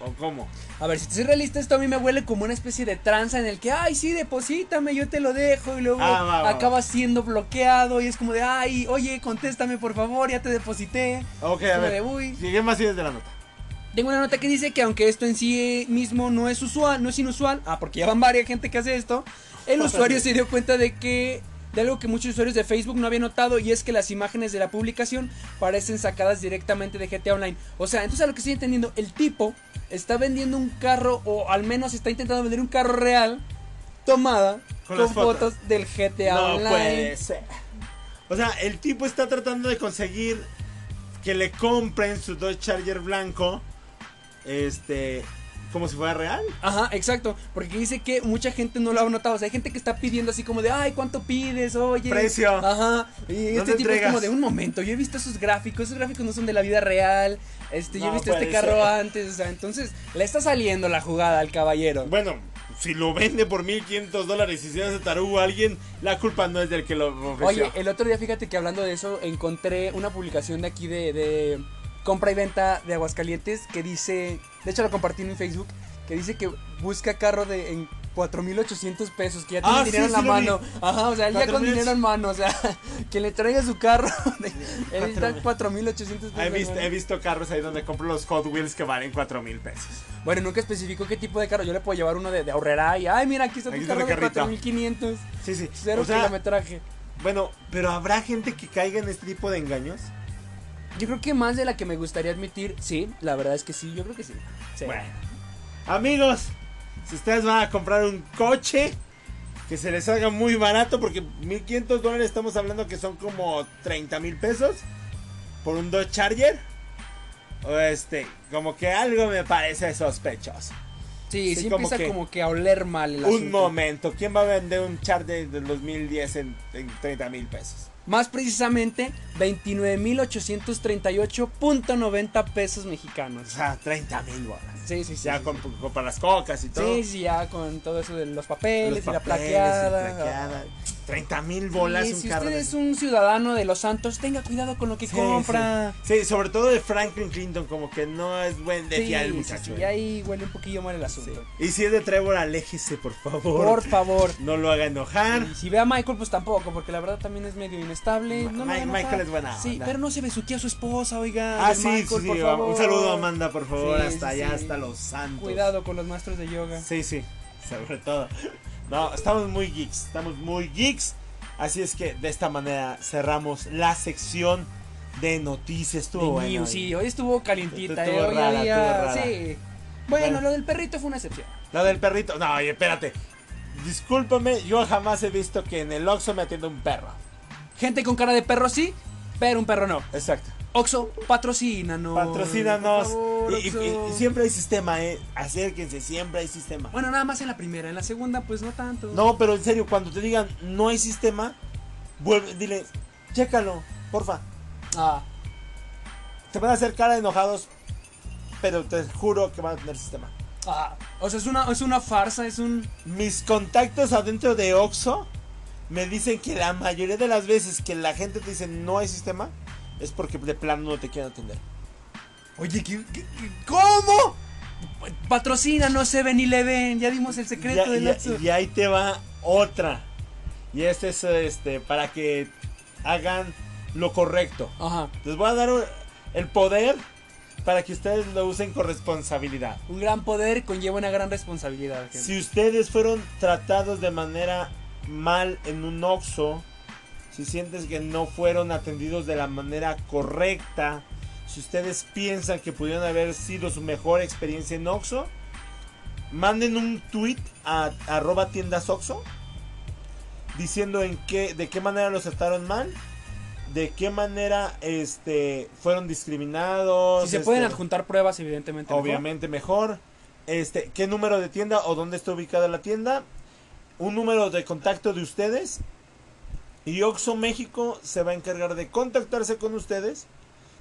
[SPEAKER 4] o cómo?
[SPEAKER 2] A ver, si te soy realista, esto a mí me huele como una especie de tranza en el que, ay, sí, deposítame, yo te lo dejo. Y luego
[SPEAKER 4] Ah, va, va,
[SPEAKER 2] acaba siendo bloqueado y es como de, ay, oye, contéstame por favor, ya te deposité.
[SPEAKER 4] Ok,
[SPEAKER 2] Es
[SPEAKER 4] a
[SPEAKER 2] como de,
[SPEAKER 4] ver.
[SPEAKER 2] "Uy".
[SPEAKER 4] Llegué tienes de la nota.
[SPEAKER 2] Tengo una nota que dice que aunque esto en sí eh, mismo no es usual, no es inusual, ah, porque ya van varias gente que hace esto, el usuario se dio cuenta de que de algo que muchos usuarios de Facebook no habían notado y es que las imágenes de la publicación parecen sacadas directamente de GTA Online. O sea, entonces a lo que estoy entendiendo, el tipo está vendiendo un carro o al menos está intentando vender un carro real tomada
[SPEAKER 4] Con
[SPEAKER 2] con,
[SPEAKER 4] las fotos.
[SPEAKER 2] fotos. del GTA
[SPEAKER 4] No pues.
[SPEAKER 2] Online.
[SPEAKER 4] puede ser. O sea, el tipo está tratando de conseguir que le compren su Dodge Charger blanco. Este. Como si fuera real.
[SPEAKER 2] Ajá, exacto, porque dice que mucha gente no lo ha notado, o sea, hay gente que está pidiendo así como de, ay, ¿cuánto pides? Oye.
[SPEAKER 4] Precio.
[SPEAKER 2] Ajá. Y este tipo
[SPEAKER 4] entregas?
[SPEAKER 2] es como de un momento, yo he visto esos gráficos, esos gráficos no son de la vida real, este, yo
[SPEAKER 4] No
[SPEAKER 2] he visto este
[SPEAKER 4] puede
[SPEAKER 2] carro
[SPEAKER 4] ser.
[SPEAKER 2] antes, o sea, entonces le está saliendo la jugada al caballero.
[SPEAKER 4] Bueno, si lo vende por 1500 dólares y se hace tarugo a alguien, la culpa no es del que lo ofreció.
[SPEAKER 2] Oye, el otro día fíjate que hablando de eso, encontré una publicación de aquí de, de compra y venta de Aguascalientes que dice, de hecho lo compartí en mi Facebook, que dice que busca carro de en 4.800 pesos, que ya tiene
[SPEAKER 4] Ah,
[SPEAKER 2] dinero
[SPEAKER 4] sí,
[SPEAKER 2] en la
[SPEAKER 4] sí lo vi.
[SPEAKER 2] mano. Ajá, o sea, él ya con
[SPEAKER 4] 4,000.
[SPEAKER 2] dinero en mano, o sea, que le traiga su carro, de, él está en 4.800 pesos.
[SPEAKER 4] he,
[SPEAKER 2] en
[SPEAKER 4] visto,
[SPEAKER 2] mano.
[SPEAKER 4] he visto carros ahí donde compro los Hot Wheels que valen 4000 pesos.
[SPEAKER 2] Bueno, nunca especificó qué tipo de carro, yo le puedo llevar uno de, de ahorrera y, ay, mira, aquí está
[SPEAKER 4] Aquí
[SPEAKER 2] tu
[SPEAKER 4] está
[SPEAKER 2] carro
[SPEAKER 4] la
[SPEAKER 2] de
[SPEAKER 4] carrita.
[SPEAKER 2] 4.500,
[SPEAKER 4] Sí, sí.
[SPEAKER 2] cero
[SPEAKER 4] o sea,
[SPEAKER 2] kilometraje.
[SPEAKER 4] bueno, pero ¿habrá gente que caiga en este tipo de engaños?
[SPEAKER 2] Yo creo que más de la que me gustaría admitir, sí, la verdad es que sí, yo creo que sí. Sí.
[SPEAKER 4] Bueno, amigos, si ustedes van a comprar un coche que se les salga muy barato, porque 1500 dólares estamos hablando que son como 30 mil pesos por un Dodge Charger. o Este, como que algo me parece sospechoso.
[SPEAKER 2] Sí, sí,
[SPEAKER 4] Sí, como
[SPEAKER 2] empieza
[SPEAKER 4] que-
[SPEAKER 2] como que a oler mal el
[SPEAKER 4] Un
[SPEAKER 2] asunto.
[SPEAKER 4] momento, ¿quién va a vender un Charger del 2010 en, en 30 mil pesos?
[SPEAKER 2] Más precisamente, 29.838.90 pesos
[SPEAKER 4] O
[SPEAKER 2] mexicanos.
[SPEAKER 4] sea, 30 mil bolas.
[SPEAKER 2] Sí, sí, sí.
[SPEAKER 4] Ah, ya
[SPEAKER 2] sí,
[SPEAKER 4] con,
[SPEAKER 2] sí.
[SPEAKER 4] con- para las cocas y todo.
[SPEAKER 2] Sí, sí, ya con todo eso de los
[SPEAKER 4] Los
[SPEAKER 2] papeles, y la
[SPEAKER 4] papeles y
[SPEAKER 2] plaqueada.
[SPEAKER 4] plaqueada. 30 mil bolas
[SPEAKER 2] Sí,
[SPEAKER 4] un
[SPEAKER 2] si
[SPEAKER 4] carro.
[SPEAKER 2] usted
[SPEAKER 4] de-
[SPEAKER 2] es un ciudadano de Los Santos, tenga cuidado con lo que
[SPEAKER 4] Sí,
[SPEAKER 2] compra.
[SPEAKER 4] Sí. Sí, sobre todo de Franklin Clinton, como que no es buen de fiar el muchacho.
[SPEAKER 2] sí, sí, ahí huele un poquillo mal el
[SPEAKER 4] Sí.
[SPEAKER 2] asunto.
[SPEAKER 4] Y si es de Trevor, aléjese, por favor.
[SPEAKER 2] Por favor.
[SPEAKER 4] No lo haga enojar.
[SPEAKER 2] Y si ve a Michael, pues tampoco, porque la verdad también es medio inestable.
[SPEAKER 4] Ma-
[SPEAKER 2] No lo
[SPEAKER 4] Ma-
[SPEAKER 2] hagan
[SPEAKER 4] Michael
[SPEAKER 2] enojar.
[SPEAKER 4] es buena
[SPEAKER 2] Sí,
[SPEAKER 4] onda.
[SPEAKER 2] pero no se besuquea a su esposa, oiga.
[SPEAKER 4] Ah,
[SPEAKER 2] del
[SPEAKER 4] sí,
[SPEAKER 2] Michael,
[SPEAKER 4] sí, sí.
[SPEAKER 2] por
[SPEAKER 4] Un
[SPEAKER 2] favor.
[SPEAKER 4] saludo a Amanda, por favor,
[SPEAKER 2] Sí,
[SPEAKER 4] hasta
[SPEAKER 2] sí,
[SPEAKER 4] allá,
[SPEAKER 2] sí.
[SPEAKER 4] hasta los santos.
[SPEAKER 2] Cuidado con los maestros de yoga.
[SPEAKER 4] Sí, sí, sobre todo. No, estamos muy geeks, estamos muy geeks. Así es que de esta manera cerramos la sección de noticias.
[SPEAKER 2] De
[SPEAKER 4] Estuvo bueno,
[SPEAKER 2] New,
[SPEAKER 4] ¿eh?
[SPEAKER 2] sí, hoy estuvo calientita,
[SPEAKER 4] Estuvo
[SPEAKER 2] eh, hoy
[SPEAKER 4] rara,
[SPEAKER 2] había-
[SPEAKER 4] estuvo rara.
[SPEAKER 2] sí. Bueno,
[SPEAKER 4] Bueno.
[SPEAKER 2] lo del perrito fue una excepción.
[SPEAKER 4] Lo del perrito. No, oye, espérate. Discúlpame, yo jamás he visto que en el Oxxo me atienda un perro.
[SPEAKER 2] Gente con cara de perro sí, pero un perro no.
[SPEAKER 4] Exacto.
[SPEAKER 2] Oxo, patrocínanos.
[SPEAKER 4] Patrocínanos.
[SPEAKER 2] Por favor,
[SPEAKER 4] Y- y,
[SPEAKER 2] Oxxo.
[SPEAKER 4] y- y siempre hay sistema, ¿eh? Acérquense, siempre hay sistema.
[SPEAKER 2] Bueno, nada más en la primera, en la segunda pues no tanto.
[SPEAKER 4] No, pero en serio, cuando te digan no hay sistema, vuelve, dile, chécalo, porfa.
[SPEAKER 2] Ah,
[SPEAKER 4] Te van a hacer cara de enojados, pero te juro que van a tener sistema.
[SPEAKER 2] ah. O sea, es una, es una farsa, es un...
[SPEAKER 4] Mis contactos adentro de Oxxo me dicen que la mayoría de las veces que la gente te dice no hay sistema, es porque de plano no te quieren atender.
[SPEAKER 2] Oye, ¿qué, cómo Patrocínanos 7-Eleven, ya dimos el
[SPEAKER 4] Y,
[SPEAKER 2] secreto
[SPEAKER 4] a-
[SPEAKER 2] del
[SPEAKER 4] y a-
[SPEAKER 2] Oxxo.
[SPEAKER 4] y ahí te va otra. Y este es este para que hagan lo correcto.
[SPEAKER 2] Ajá.
[SPEAKER 4] Les voy a dar un- el poder para que ustedes lo usen con responsabilidad.
[SPEAKER 2] Un gran poder conlleva una gran responsabilidad. gente.
[SPEAKER 4] Si ustedes fueron tratados de manera mal en un Oxxo, si sientes que no fueron atendidos de la manera correcta, si ustedes piensan que pudieron haber sido su mejor experiencia en Oxxo, manden un tweet a arroba tiendas Oxxo diciendo en qué, de qué manera los trataron mal, de qué manera este, fueron discriminados.
[SPEAKER 2] Si se
[SPEAKER 4] este,
[SPEAKER 2] pueden adjuntar pruebas, evidentemente. mejor.
[SPEAKER 4] Obviamente mejor. Este, ¿qué número de tienda o dónde está ubicada la tienda? Un número de contacto de ustedes. Y Oxo México se va a encargar de contactarse con ustedes,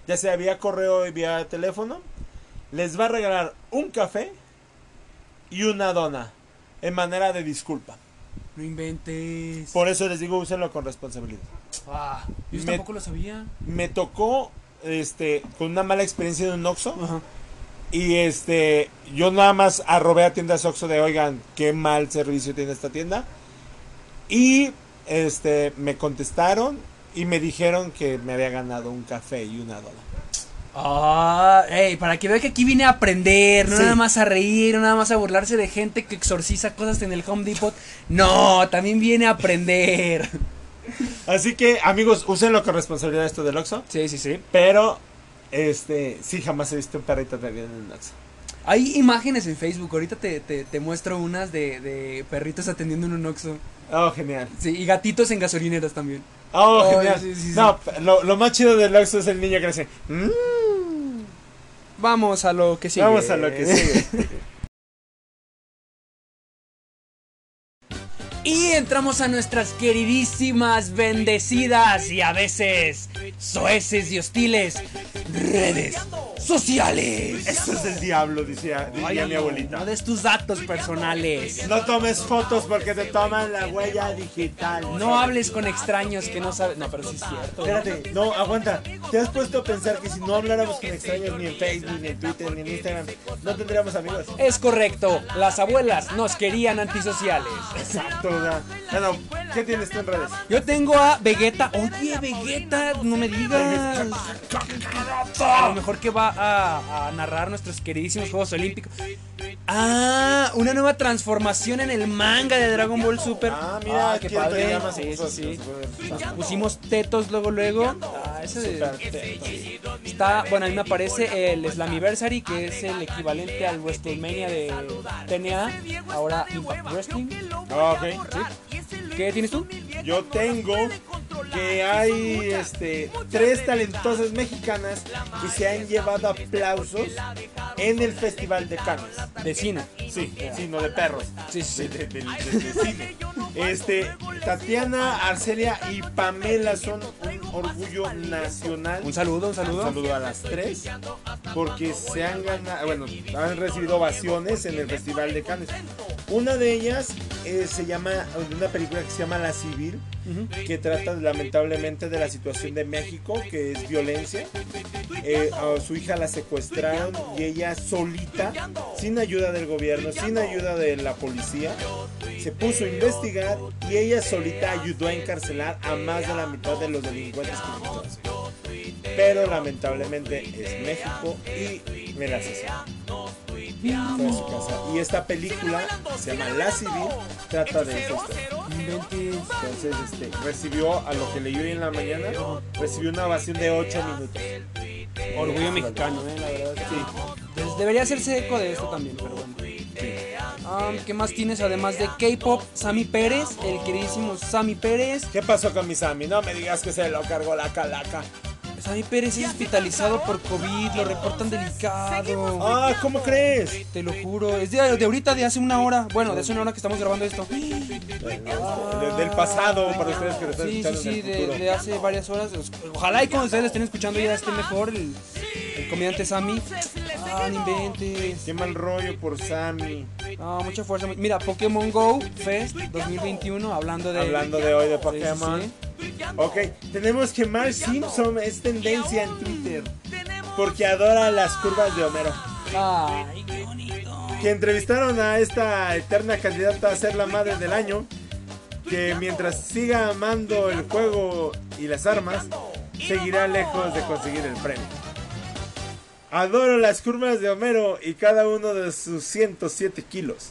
[SPEAKER 4] ya sea vía correo y vía teléfono. Les va a regalar un café y una dona en manera de disculpa.
[SPEAKER 2] No inventes.
[SPEAKER 4] Por eso les digo, úsenlo con responsabilidad.
[SPEAKER 2] Ah, yo
[SPEAKER 4] Me-
[SPEAKER 2] tampoco lo sabía.
[SPEAKER 4] Me tocó este con una mala experiencia de un Oxxo.
[SPEAKER 2] Ajá.
[SPEAKER 4] Y este, yo nada más arrobé a tiendas Oxxo de, oigan, qué mal servicio tiene esta tienda. Y este, me contestaron y me dijeron que me había ganado un café y una dólar.
[SPEAKER 2] Ah, ey, para que vea que aquí vine a aprender, no
[SPEAKER 4] Sí.
[SPEAKER 2] nada más a reír, no nada más a burlarse de gente que exorciza cosas en el Home Depot. No, también viene a aprender.
[SPEAKER 4] Así que, amigos, úsenlo con responsabilidad esto del Oxxo.
[SPEAKER 2] Sí, sí, sí.
[SPEAKER 4] Pero, este, sí, jamás he visto un perrito de bien en un Oxxo.
[SPEAKER 2] Hay imágenes en Facebook, ahorita te, te, te muestro unas de, de perritos atendiendo en un Oxxo.
[SPEAKER 4] Oh, genial.
[SPEAKER 2] Sí, y gatitos en gasolineras también.
[SPEAKER 4] Oh,
[SPEAKER 2] Oh,
[SPEAKER 4] genial.
[SPEAKER 2] sí, sí, sí.
[SPEAKER 4] No, lo, lo más chido del Oxxo es el niño que dice, "Mm,
[SPEAKER 2] Vamos a lo que sigue.
[SPEAKER 4] Vamos a lo que sigue.
[SPEAKER 2] Y entramos a nuestras queridísimas, bendecidas y a veces soeces y hostiles redes sociales.
[SPEAKER 4] Esto es del diablo, decía, diría mi abuelita.
[SPEAKER 2] No des tus datos personales.
[SPEAKER 4] No tomes fotos porque te toman la huella digital.
[SPEAKER 2] No hables con extraños que no saben. No, pero sí es cierto.
[SPEAKER 4] Espérate, no, aguanta. ¿Te has puesto a pensar que si no habláramos con extraños ni en Facebook, ni en Twitter, ni en Instagram, no tendríamos amigos?
[SPEAKER 2] Es correcto, las abuelas nos querían antisociales.
[SPEAKER 4] Exacto, ¿verdad? Bueno, ¿qué tienes tú en redes?
[SPEAKER 2] Yo tengo a Vegeta. Oye, Vegeta, no me digas. A lo mejor que va a, a narrar nuestros queridísimos Juegos Olímpicos. Ah, una nueva transformación en el manga de Dragon Ball Super.
[SPEAKER 4] Ah, mira,
[SPEAKER 2] Ah,
[SPEAKER 4] qué
[SPEAKER 2] qué
[SPEAKER 4] padre.
[SPEAKER 2] padre.
[SPEAKER 4] Más
[SPEAKER 2] Sí, sí, sí. Pusimos tetos luego, luego. Ah, ese está. Bueno, a mí me aparece el Slammiversary, que es el equivalente al WrestleMania de TNA. Ahora Impact Wrestling. ¿Qué tienes tú?
[SPEAKER 4] Ah, Yo tengo que hay este, tres talentosas mexicanas que se han llevado aplausos en el Festival de Cannes.
[SPEAKER 2] Vecina.
[SPEAKER 4] Sí, sino de perros.
[SPEAKER 2] Sí, sí, sí.
[SPEAKER 4] de- de- de- de cine. Este, Tatiana, Arcelia y Pamela son un orgullo nacional.
[SPEAKER 2] Un saludo, un saludo.
[SPEAKER 4] Un saludo a las tres porque se han ganado, bueno, han recibido ovaciones en el Festival de Cannes. Una de ellas eh, se llama, una película que se llama La Civil, que trata lamentablemente de la situación de México, que es violencia. Eh, a su hija la secuestraron y ella solita, sin ayuda del gobierno, sin ayuda de la policía, se puso a investigar y ella solita ayudó a encarcelar a más de la mitad de los delincuentes que encontró. Pero lamentablemente es México y me la asesinó. Fue a su casa. Y esta película se llama La Civil, trata de eso. Entonces, este, recibió, a lo que leí hoy en la mañana, recibió una ovación de 8 minutos.
[SPEAKER 2] Orgullo mexicano, eh, la verdad. Sí. Pues debería hacerse eco de esto también, pero bueno. Ah, ¿Qué más tienes además de K-pop? Sammy Pérez, el queridísimo Sammy Pérez.
[SPEAKER 4] ¿Qué pasó con mi Sammy? No me digas que se lo cargó la calaca.
[SPEAKER 2] Sammy Pérez es hospitalizado por COVID, lo reportan delicado.
[SPEAKER 4] Ah, ¿cómo crees?
[SPEAKER 2] Te lo juro, es de, de ahorita, de hace una hora. Bueno, de hace una hora que estamos grabando esto.
[SPEAKER 4] De- del pasado, para ustedes que lo están
[SPEAKER 2] Sí, sí,
[SPEAKER 4] escuchando
[SPEAKER 2] sí,
[SPEAKER 4] en el
[SPEAKER 2] de,
[SPEAKER 4] futuro.
[SPEAKER 2] de hace varias horas. Ojalá y cuando ustedes lo estén escuchando ya esté mejor el, el comediante Sammy. Ah, no inventes.
[SPEAKER 4] Qué mal rollo por Sammy.
[SPEAKER 2] No, mucha fuerza. mu- Mira, Pokémon Go Fest 2021, hablando de...
[SPEAKER 4] Hablando de hoy de
[SPEAKER 2] Sí, sí,
[SPEAKER 4] Pokémon.
[SPEAKER 2] sí.
[SPEAKER 4] Ok, tenemos que Mark Simpson es tendencia en Twitter. Porque adora las curvas de Homero.
[SPEAKER 2] Ay,
[SPEAKER 4] que entrevistaron a esta eterna candidata a ser la madre del año, que mientras siga amando el juego y las armas, seguirá lejos de conseguir el premio. Adoro las curvas de Homero y cada uno de sus 107 kilos.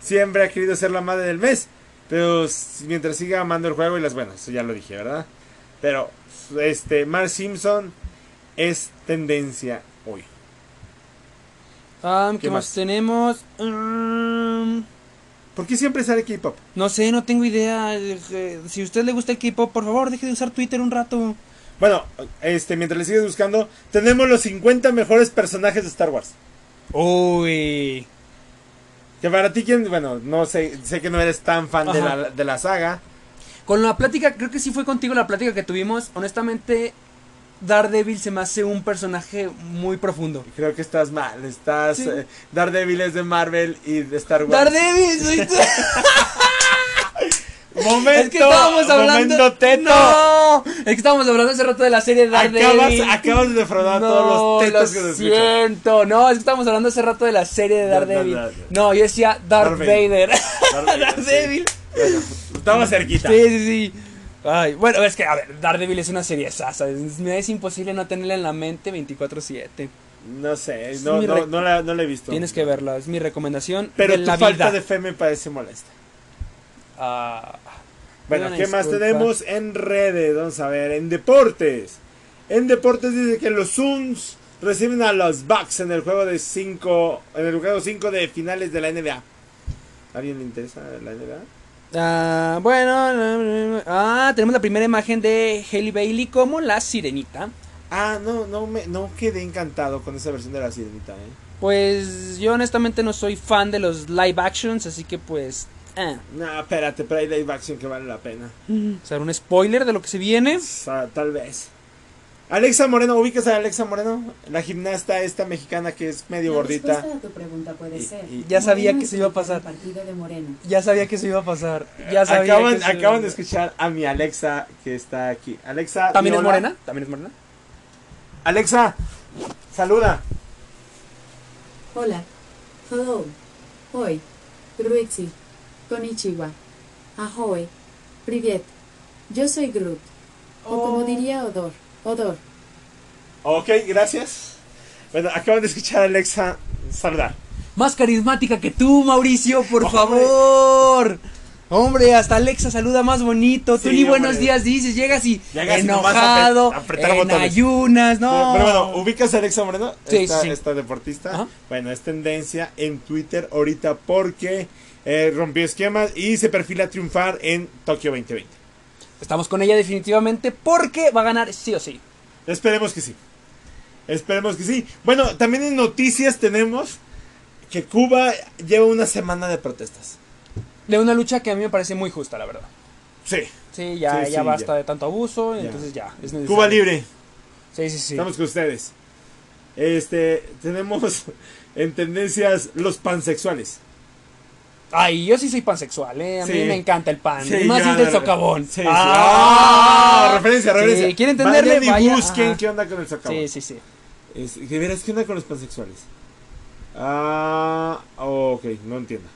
[SPEAKER 4] Siempre ha querido ser la madre del mes, pero s- mientras siga amando el juego y las buenas, eso ya lo dije, ¿verdad? Pero este Mark Simpson es tendencia hoy.
[SPEAKER 2] Ah, ¿qué,
[SPEAKER 4] ¿Qué
[SPEAKER 2] más,
[SPEAKER 4] más?
[SPEAKER 2] tenemos? Mm,
[SPEAKER 4] ¿Por qué siempre sale K-pop?
[SPEAKER 2] no sé, no tengo idea. eh, eh, Si a usted le gusta el K-pop, por favor, deje de usar Twitter un rato.
[SPEAKER 4] Bueno, este mientras le sigues buscando, tenemos los 50 mejores personajes de Star Wars.
[SPEAKER 2] Uy.
[SPEAKER 4] Que para ti, ¿quién? Bueno, no sé, sé que no eres tan fan de
[SPEAKER 2] Ajá.
[SPEAKER 4] la, de la saga.
[SPEAKER 2] Con la plática, creo que sí fue contigo la plática que tuvimos. Honestamente, Daredevil se me hace un personaje muy profundo.
[SPEAKER 4] Creo que estás mal. Estás.
[SPEAKER 2] Sí.
[SPEAKER 4] eh, Daredevil es de Marvel y de Star Wars.
[SPEAKER 2] ¡Daredevil! soy tú!
[SPEAKER 4] ¡Momento!
[SPEAKER 2] es que estábamos hablando.
[SPEAKER 4] ¡Momento teto!
[SPEAKER 2] ¡No! Es que estábamos hablando hace rato de la serie
[SPEAKER 4] Acabas,
[SPEAKER 2] Daredevil.
[SPEAKER 4] acabas de defraudar a
[SPEAKER 2] no,
[SPEAKER 4] todos los tetos que
[SPEAKER 2] lo
[SPEAKER 4] nos escuchan.
[SPEAKER 2] siento. No, es que estábamos hablando hace rato de la serie de
[SPEAKER 4] Da- da-
[SPEAKER 2] Daredevil.
[SPEAKER 4] da- da.
[SPEAKER 2] No, yo decía Darth
[SPEAKER 4] Darth Vader.
[SPEAKER 2] Vader.
[SPEAKER 4] Daredevil,
[SPEAKER 2] Daredevil.
[SPEAKER 4] sí. Estaba cerquita.
[SPEAKER 2] Sí, sí, sí. Ay, bueno, es que, a ver, Daredevil es una serie sasa. Es, me es imposible no tenerla en la mente 24-7.
[SPEAKER 4] No sé,
[SPEAKER 2] Es
[SPEAKER 4] no,
[SPEAKER 2] mi
[SPEAKER 4] no,
[SPEAKER 2] rec-
[SPEAKER 4] no, la, no la he visto.
[SPEAKER 2] Tienes que verla, es mi recomendación.
[SPEAKER 4] Pero
[SPEAKER 2] de
[SPEAKER 4] tu
[SPEAKER 2] la vida.
[SPEAKER 4] falta de fe me parece molesta.
[SPEAKER 2] Ah,
[SPEAKER 4] Bueno,
[SPEAKER 2] Una
[SPEAKER 4] ¿qué más
[SPEAKER 2] disculpa.
[SPEAKER 4] tenemos en redes? Vamos a ver, en deportes. En deportes dice que los Suns reciben a los Bucks en el juego de 5 en el juego 5 de finales de la NBA. ¿A alguien le interesa la NBA?
[SPEAKER 2] ah, bueno, no, no, no. ah, tenemos la primera imagen de Haley Bailey como la sirenita.
[SPEAKER 4] Ah, no, no me no quedé encantado con esa versión de la sirenita, eh.
[SPEAKER 2] Pues yo honestamente no soy fan de los live actions, así que pues... Eh.
[SPEAKER 4] No, espérate, pero hay live action que vale la pena.
[SPEAKER 2] ¿Será un spoiler de lo que se viene?
[SPEAKER 4] O sea, Ah, tal vez. Alexa Moreno, ubicas a Alexa Moreno, la gimnasta esta mexicana que es medio
[SPEAKER 5] La
[SPEAKER 4] gordita.
[SPEAKER 5] respuesta a tu pregunta puede
[SPEAKER 4] Y-
[SPEAKER 5] ser,
[SPEAKER 4] y-
[SPEAKER 2] Ya sabía
[SPEAKER 5] Moreno
[SPEAKER 2] que se iba a
[SPEAKER 5] es el
[SPEAKER 2] pasar.
[SPEAKER 5] partido de Moreno.
[SPEAKER 2] Ya sabía que eso iba a pasar. Ya sabía
[SPEAKER 4] acaban,
[SPEAKER 2] que eso iba a
[SPEAKER 4] acaban de
[SPEAKER 2] pasar.
[SPEAKER 4] escuchar a mi Alexa que está aquí. Alexa.
[SPEAKER 2] ¿También
[SPEAKER 4] di
[SPEAKER 2] es
[SPEAKER 4] hola.
[SPEAKER 2] morena? ¿También es morena?
[SPEAKER 4] Alexa, saluda.
[SPEAKER 5] Hola. Hello. Hoy. Ruitsi. Konichiwa. Ahoy. Privet. Yo soy Groot. O como diría Odor. Odor.
[SPEAKER 4] Ok, gracias. Bueno, acaban de escuchar a Alexa saludar.
[SPEAKER 2] Más carismática que tú, Mauricio, por
[SPEAKER 4] Hombre.
[SPEAKER 2] favor. Hombre, hasta Alexa saluda más bonito. tú
[SPEAKER 4] Sí,
[SPEAKER 2] ni buenos
[SPEAKER 4] hombre.
[SPEAKER 2] días dices, llegas y
[SPEAKER 4] Llegas y nomás
[SPEAKER 2] enojado,
[SPEAKER 4] apre- apretar
[SPEAKER 2] en
[SPEAKER 4] botones.
[SPEAKER 2] ayunas, no.
[SPEAKER 4] Pero bueno, ubicas a Alexa Moreno,
[SPEAKER 2] Sí,
[SPEAKER 4] esta,
[SPEAKER 2] sí.
[SPEAKER 4] esta deportista.
[SPEAKER 2] Ajá.
[SPEAKER 4] Bueno, es tendencia en Twitter ahorita porque eh, rompió esquemas y se perfila a triunfar en Tokio 2020.
[SPEAKER 2] Estamos con ella definitivamente porque va a ganar sí o sí.
[SPEAKER 4] Esperemos que sí. Esperemos que sí. Bueno, también en noticias tenemos que Cuba lleva una semana de protestas.
[SPEAKER 2] De una lucha que a mí me parece muy justa, la verdad.
[SPEAKER 4] Sí.
[SPEAKER 2] Sí, ya,
[SPEAKER 4] Sí,
[SPEAKER 2] ya
[SPEAKER 4] sí,
[SPEAKER 2] basta
[SPEAKER 4] ya.
[SPEAKER 2] de tanto abuso,
[SPEAKER 4] Ya.
[SPEAKER 2] entonces ya, es necesario.
[SPEAKER 4] Cuba libre.
[SPEAKER 2] Sí, sí, sí.
[SPEAKER 4] Estamos con ustedes. Este, tenemos en tendencias los pansexuales.
[SPEAKER 2] Ay, yo sí soy pansexual, eh. A mí
[SPEAKER 4] Sí.
[SPEAKER 2] me encanta el pan.
[SPEAKER 4] Sí,
[SPEAKER 2] más
[SPEAKER 4] yo
[SPEAKER 2] si es del
[SPEAKER 4] de-
[SPEAKER 2] socavón.
[SPEAKER 4] Sí, sí.
[SPEAKER 2] Ah.
[SPEAKER 4] Ah, referencia,
[SPEAKER 2] Sí,
[SPEAKER 4] referencia.
[SPEAKER 2] ¿quiere entenderle?
[SPEAKER 4] Vayan y
[SPEAKER 2] Vaya,
[SPEAKER 4] busquen
[SPEAKER 2] ajá.
[SPEAKER 4] qué onda con el socavón.
[SPEAKER 2] Sí, sí, sí.
[SPEAKER 4] Es- ¿Qué verás qué onda con los pansexuales? Ah, ok, no entiendo.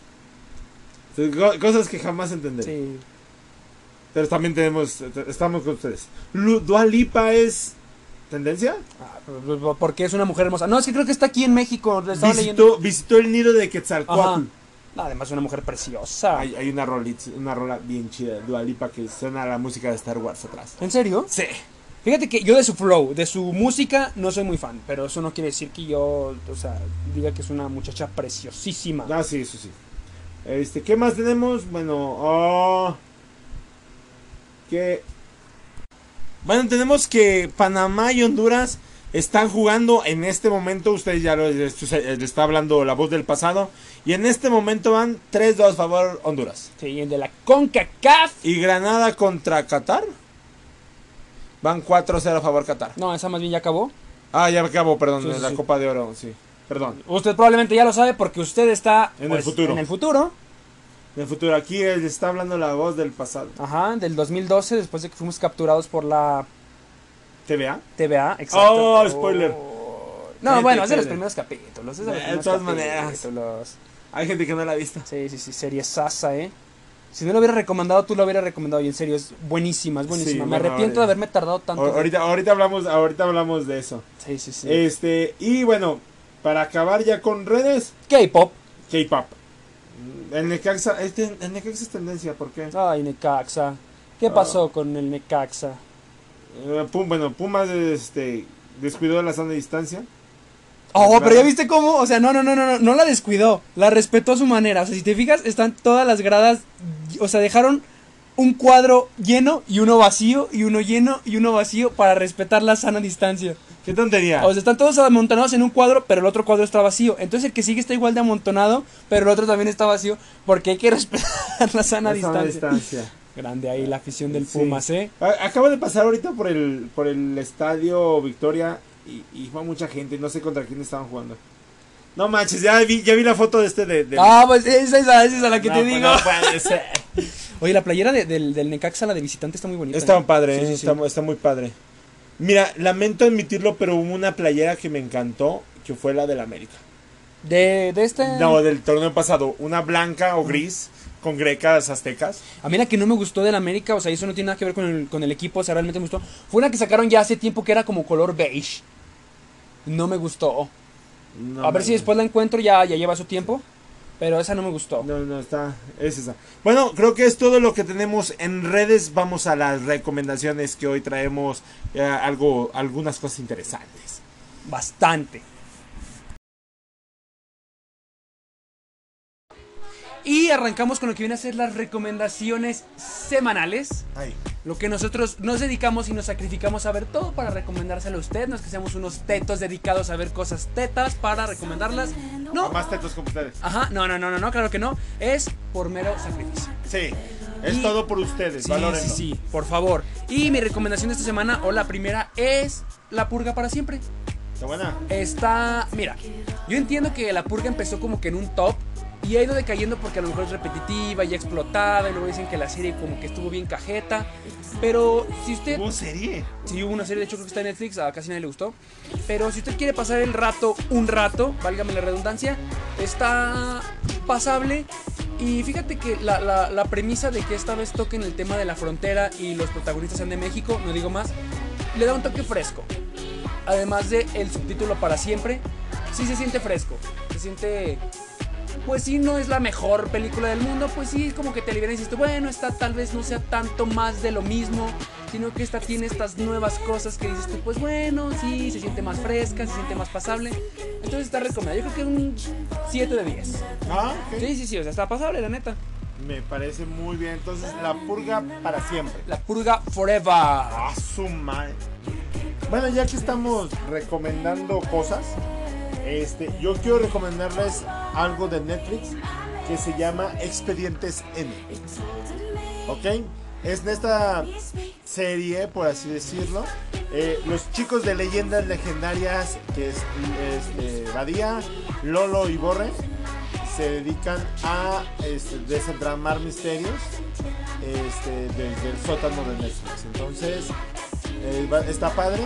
[SPEAKER 4] Entonces, co- Cosas que jamás entenderé.
[SPEAKER 2] Sí.
[SPEAKER 4] Pero también tenemos, estamos con ustedes. Lu- Dua Lipa es tendencia.
[SPEAKER 2] Ah, Porque es una mujer hermosa. No, es que creo que está aquí en México. le estaba leyendo.
[SPEAKER 4] Visitó, visitó el nido de
[SPEAKER 2] Ajá.
[SPEAKER 4] Quetzalcoatl.
[SPEAKER 2] No, además es una mujer preciosa.
[SPEAKER 4] Hay, hay una, rolit- una rola bien chida de Dua Lipa que suena a la música de Star Wars atrás.
[SPEAKER 2] ¿En serio?
[SPEAKER 4] Sí.
[SPEAKER 2] Fíjate que yo de su flow, de su música, no soy muy fan. Pero eso no quiere decir que yo, o sea, diga que es una muchacha preciosísima.
[SPEAKER 4] Ah, sí, eso sí. Este, ¿qué más tenemos? Bueno, oh, que bueno, tenemos que Panamá y Honduras están jugando en este momento. Ustedes ya lo esto se- le está hablando la voz del pasado. Y en este momento van 3-2 favor Honduras.
[SPEAKER 2] Sí, el de la CONCACAF.
[SPEAKER 4] Y Granada contra Qatar. Van 4-0 a favor Qatar.
[SPEAKER 2] No, esa más bien ya acabó.
[SPEAKER 4] Ah, ya acabó, perdón,
[SPEAKER 2] Sí, sí,
[SPEAKER 4] la
[SPEAKER 2] sí.
[SPEAKER 4] Copa de Oro, sí. Perdón.
[SPEAKER 2] Usted probablemente ya lo sabe porque usted está pues,
[SPEAKER 4] En el futuro.
[SPEAKER 2] En el futuro.
[SPEAKER 4] En el futuro, aquí eh, le está hablando la voz del pasado.
[SPEAKER 2] Ajá, del 2012, después de que fuimos capturados por la
[SPEAKER 4] ¿TVA?
[SPEAKER 2] TVA. Exacto.
[SPEAKER 4] Oh, spoiler.
[SPEAKER 2] No,
[SPEAKER 4] Cállate,
[SPEAKER 2] bueno, es de los
[SPEAKER 4] cállate.
[SPEAKER 2] primeros capítulos. Es de, los
[SPEAKER 4] Eh, de
[SPEAKER 2] primeros
[SPEAKER 4] todas maneras.
[SPEAKER 2] capítulos.
[SPEAKER 4] Hay gente que no la ha visto.
[SPEAKER 2] Sí, sí, sí, serie Sasa, ¿eh? Si no lo hubiera recomendado, tú lo hubieras recomendado. Y en serio, es buenísima, es buenísima.
[SPEAKER 4] Sí,
[SPEAKER 2] me
[SPEAKER 4] bueno,
[SPEAKER 2] arrepiento
[SPEAKER 4] ahorita-
[SPEAKER 2] de haberme tardado tanto.
[SPEAKER 4] Ahor- Ahorita, ahorita, hablamos, ahorita hablamos de eso.
[SPEAKER 2] Sí, sí, sí.
[SPEAKER 4] Este, y bueno, para acabar ya con redes,
[SPEAKER 2] K-pop.
[SPEAKER 4] K-pop. Mm, El Necaxa, este, el Necaxa es tendencia, ¿por qué?
[SPEAKER 2] Ay, Necaxa. ¿Qué
[SPEAKER 4] Ah.
[SPEAKER 2] pasó con el Necaxa?
[SPEAKER 4] Eh, Pum- bueno, Pumas este, descuidó la sana distancia.
[SPEAKER 2] Oh,
[SPEAKER 4] Claro.
[SPEAKER 2] pero ya viste cómo, o sea, no, no, no, no, no, no la descuidó, la respetó a su manera. O sea, si te fijas, están todas las gradas, o sea, dejaron un cuadro lleno y uno vacío, y uno lleno y uno vacío para respetar la sana distancia.
[SPEAKER 4] ¿Qué tontería?
[SPEAKER 2] O sea, están todos amontonados en un cuadro, pero el otro cuadro está vacío. Entonces el que sigue está igual de amontonado, pero el otro también está vacío, porque hay que respetar la sana
[SPEAKER 4] La sana
[SPEAKER 2] distancia.
[SPEAKER 4] distancia.
[SPEAKER 2] Grande ahí la afición del
[SPEAKER 4] Sí.
[SPEAKER 2] Pumas, ¿eh?
[SPEAKER 4] A- Acabo de pasar ahorita por el, por el estadio Victoria y, y fue mucha gente, no sé contra quién estaban jugando. No manches, ya vi, ya vi la foto de este de... de-
[SPEAKER 2] Ah, pues esa es la, esa es a la que
[SPEAKER 4] No,
[SPEAKER 2] te
[SPEAKER 4] pues,
[SPEAKER 2] digo.
[SPEAKER 4] no puede ser.
[SPEAKER 2] Oye, la playera de- del, del Necaxa, la de visitante, está muy bonita. ¿eh?
[SPEAKER 4] Está padre,
[SPEAKER 2] Sí,
[SPEAKER 4] eh,
[SPEAKER 2] sí, sí.
[SPEAKER 4] Está, mu- está muy padre. Mira, lamento admitirlo, pero hubo una playera que me encantó, que fue la del América.
[SPEAKER 2] De, de este.
[SPEAKER 4] No, del torneo pasado, una blanca o gris con grecas aztecas.
[SPEAKER 2] A mí la que no me gustó del América, o sea, eso no tiene nada que ver con el, con el equipo, o sea, realmente me gustó. Fue una que sacaron ya hace tiempo que era como color beige. No me gustó.
[SPEAKER 4] No,
[SPEAKER 2] a ver
[SPEAKER 4] no,
[SPEAKER 2] si después la encuentro, ya, ya lleva su tiempo. Pero esa no me gustó.
[SPEAKER 4] No, no, está, es esa. Bueno, creo que es todo lo que tenemos en redes. Vamos a las recomendaciones que hoy traemos, eh, algo, algunas cosas interesantes.
[SPEAKER 2] Bastante. Y arrancamos con lo que viene a ser las recomendaciones semanales.
[SPEAKER 4] Ay,
[SPEAKER 2] Lo que nosotros nos dedicamos y nos sacrificamos a ver todo para recomendárselo a usted. No es que seamos unos tetos dedicados a ver cosas tetas para recomendarlas. No.
[SPEAKER 4] más tetos con ustedes.
[SPEAKER 2] Ajá, no, no, no, no, no, claro que no. Es por mero sacrificio.
[SPEAKER 4] Sí, es
[SPEAKER 2] Y-
[SPEAKER 4] todo por
[SPEAKER 2] Sí,
[SPEAKER 4] ustedes.
[SPEAKER 2] sí,
[SPEAKER 4] valórenlo.
[SPEAKER 2] sí, por favor. Y mi recomendación de esta semana, o la primera, es La Purga para siempre.
[SPEAKER 4] Está buena.
[SPEAKER 2] Está, mira, yo entiendo que la purga empezó como que en un top y ha ido decayendo porque a lo mejor es repetitiva y explotada y luego dicen que la serie como que estuvo bien cajeta. Pero si usted...
[SPEAKER 4] Hubo serie.
[SPEAKER 2] Sí, hubo una serie, de hecho creo que está en Netflix, a casi nadie le gustó. Pero si usted quiere pasar el rato, un rato, válgame la redundancia, está pasable. Y fíjate que la, la- la premisa de que esta vez toquen el tema de la frontera y los protagonistas sean de México, no digo más, le da un toque fresco. Además de el subtítulo para siempre, sí se siente fresco, se siente pues sí, no es la mejor película del mundo, pues sí, como que te liberas y dices, tú, bueno, esta tal vez no sea tanto más de lo mismo, sino que esta tiene estas nuevas cosas que dices tú, pues bueno, sí, se siente más fresca, se siente más pasable. Entonces está recomendada, yo creo que un 7 de 10.
[SPEAKER 4] Ah, ok.
[SPEAKER 2] Sí, sí, sí, o sea, está pasable, la neta.
[SPEAKER 4] Me parece muy bien. Entonces, la purga para siempre.
[SPEAKER 2] La purga forever.
[SPEAKER 4] Ah, su madre. Bueno, ya que estamos recomendando cosas, este, yo quiero recomendarles algo de Netflix que se llama Expedientes N. ¿Ok? Es de esta serie, por así decirlo. eh, los chicos de leyendas legendarias, que es este, Badía, Lolo y Borre, se dedican a este, desentramar misterios este, desde el sótano de Netflix. Entonces, eh, va- está padre,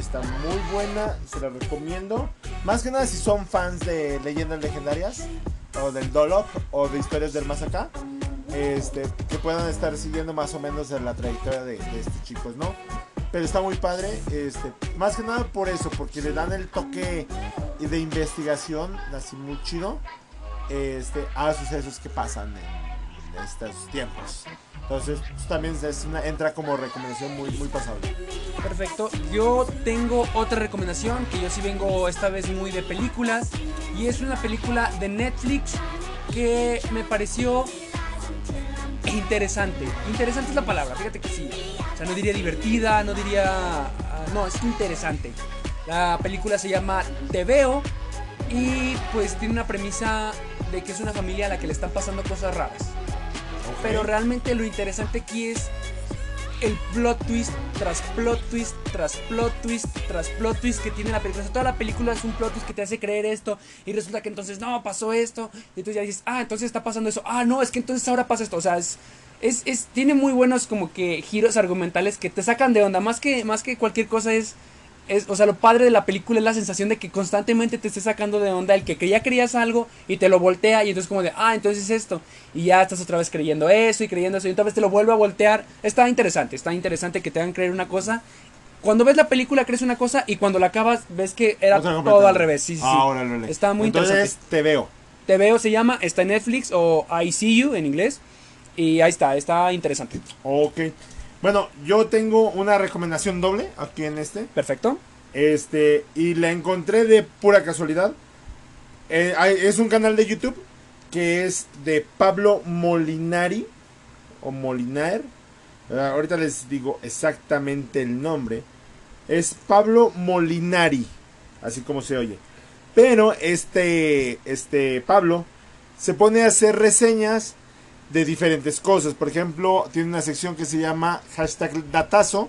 [SPEAKER 4] está muy buena, se la recomiendo. Más que nada si son fans de leyendas legendarias, o del Dolop, o de historias del más acá, este, que puedan estar siguiendo más o menos la trayectoria de, de estos chicos, ¿no? Pero está muy padre, este, más que nada por eso, porque le dan el toque de investigación, así muy chido, este, a sucesos que pasan en estos tiempos. Entonces, pues, también es una, entra como recomendación muy, muy pasable.
[SPEAKER 2] Perfecto. Yo tengo otra recomendación que yo sí vengo esta vez muy de películas. Y es una película de Netflix que me pareció interesante. Interesante es la palabra, fíjate que sí. O sea, no diría divertida, no diría... ah, No, es interesante. La película se llama Te Veo y pues tiene una premisa de que es una familia a la que le están pasando cosas raras. Pero realmente lo interesante aquí es el plot twist tras plot twist tras plot twist tras plot twist que tiene la película. O sea, toda la película es un plot twist que te hace creer esto y resulta que entonces no, pasó esto. Y entonces ya dices, ah, entonces está pasando eso. Ah, no, es que entonces ahora pasa esto. O sea, es... Es, es- tiene muy buenos como que giros argumentales que te sacan de onda. Más que, más que cualquier cosa es es, o sea, lo padre de la película es la sensación de que constantemente te esté sacando de onda el que creía creías algo y te lo voltea y entonces como de, ah, entonces es esto. Y ya estás otra vez creyendo eso y creyendo eso y otra vez te lo vuelve a voltear. Está interesante, está interesante que te hagan creer una cosa. Cuando ves la película crees una cosa y cuando la acabas ves que era
[SPEAKER 4] Otra
[SPEAKER 2] todo
[SPEAKER 4] completa.
[SPEAKER 2] al revés. Sí, sí, sí.
[SPEAKER 4] Ahora lo leí.
[SPEAKER 2] Está muy
[SPEAKER 4] Entonces,
[SPEAKER 2] interesante.
[SPEAKER 4] te veo.
[SPEAKER 2] Te veo, se llama, está en Netflix o I See You en inglés. Y ahí está, está interesante.
[SPEAKER 4] Ok. Bueno, yo tengo una recomendación doble aquí en este.
[SPEAKER 2] Perfecto.
[SPEAKER 4] Este, y la encontré de pura casualidad. Eh, hay- es un canal de YouTube que es de Pablo Molinari o Molinar. Eh, ahorita les digo exactamente el nombre. Es Pablo Molinari, así como se oye. Pero este, este Pablo se pone a hacer reseñas de diferentes cosas. Por ejemplo, tiene una sección que se llama hashtag datazo,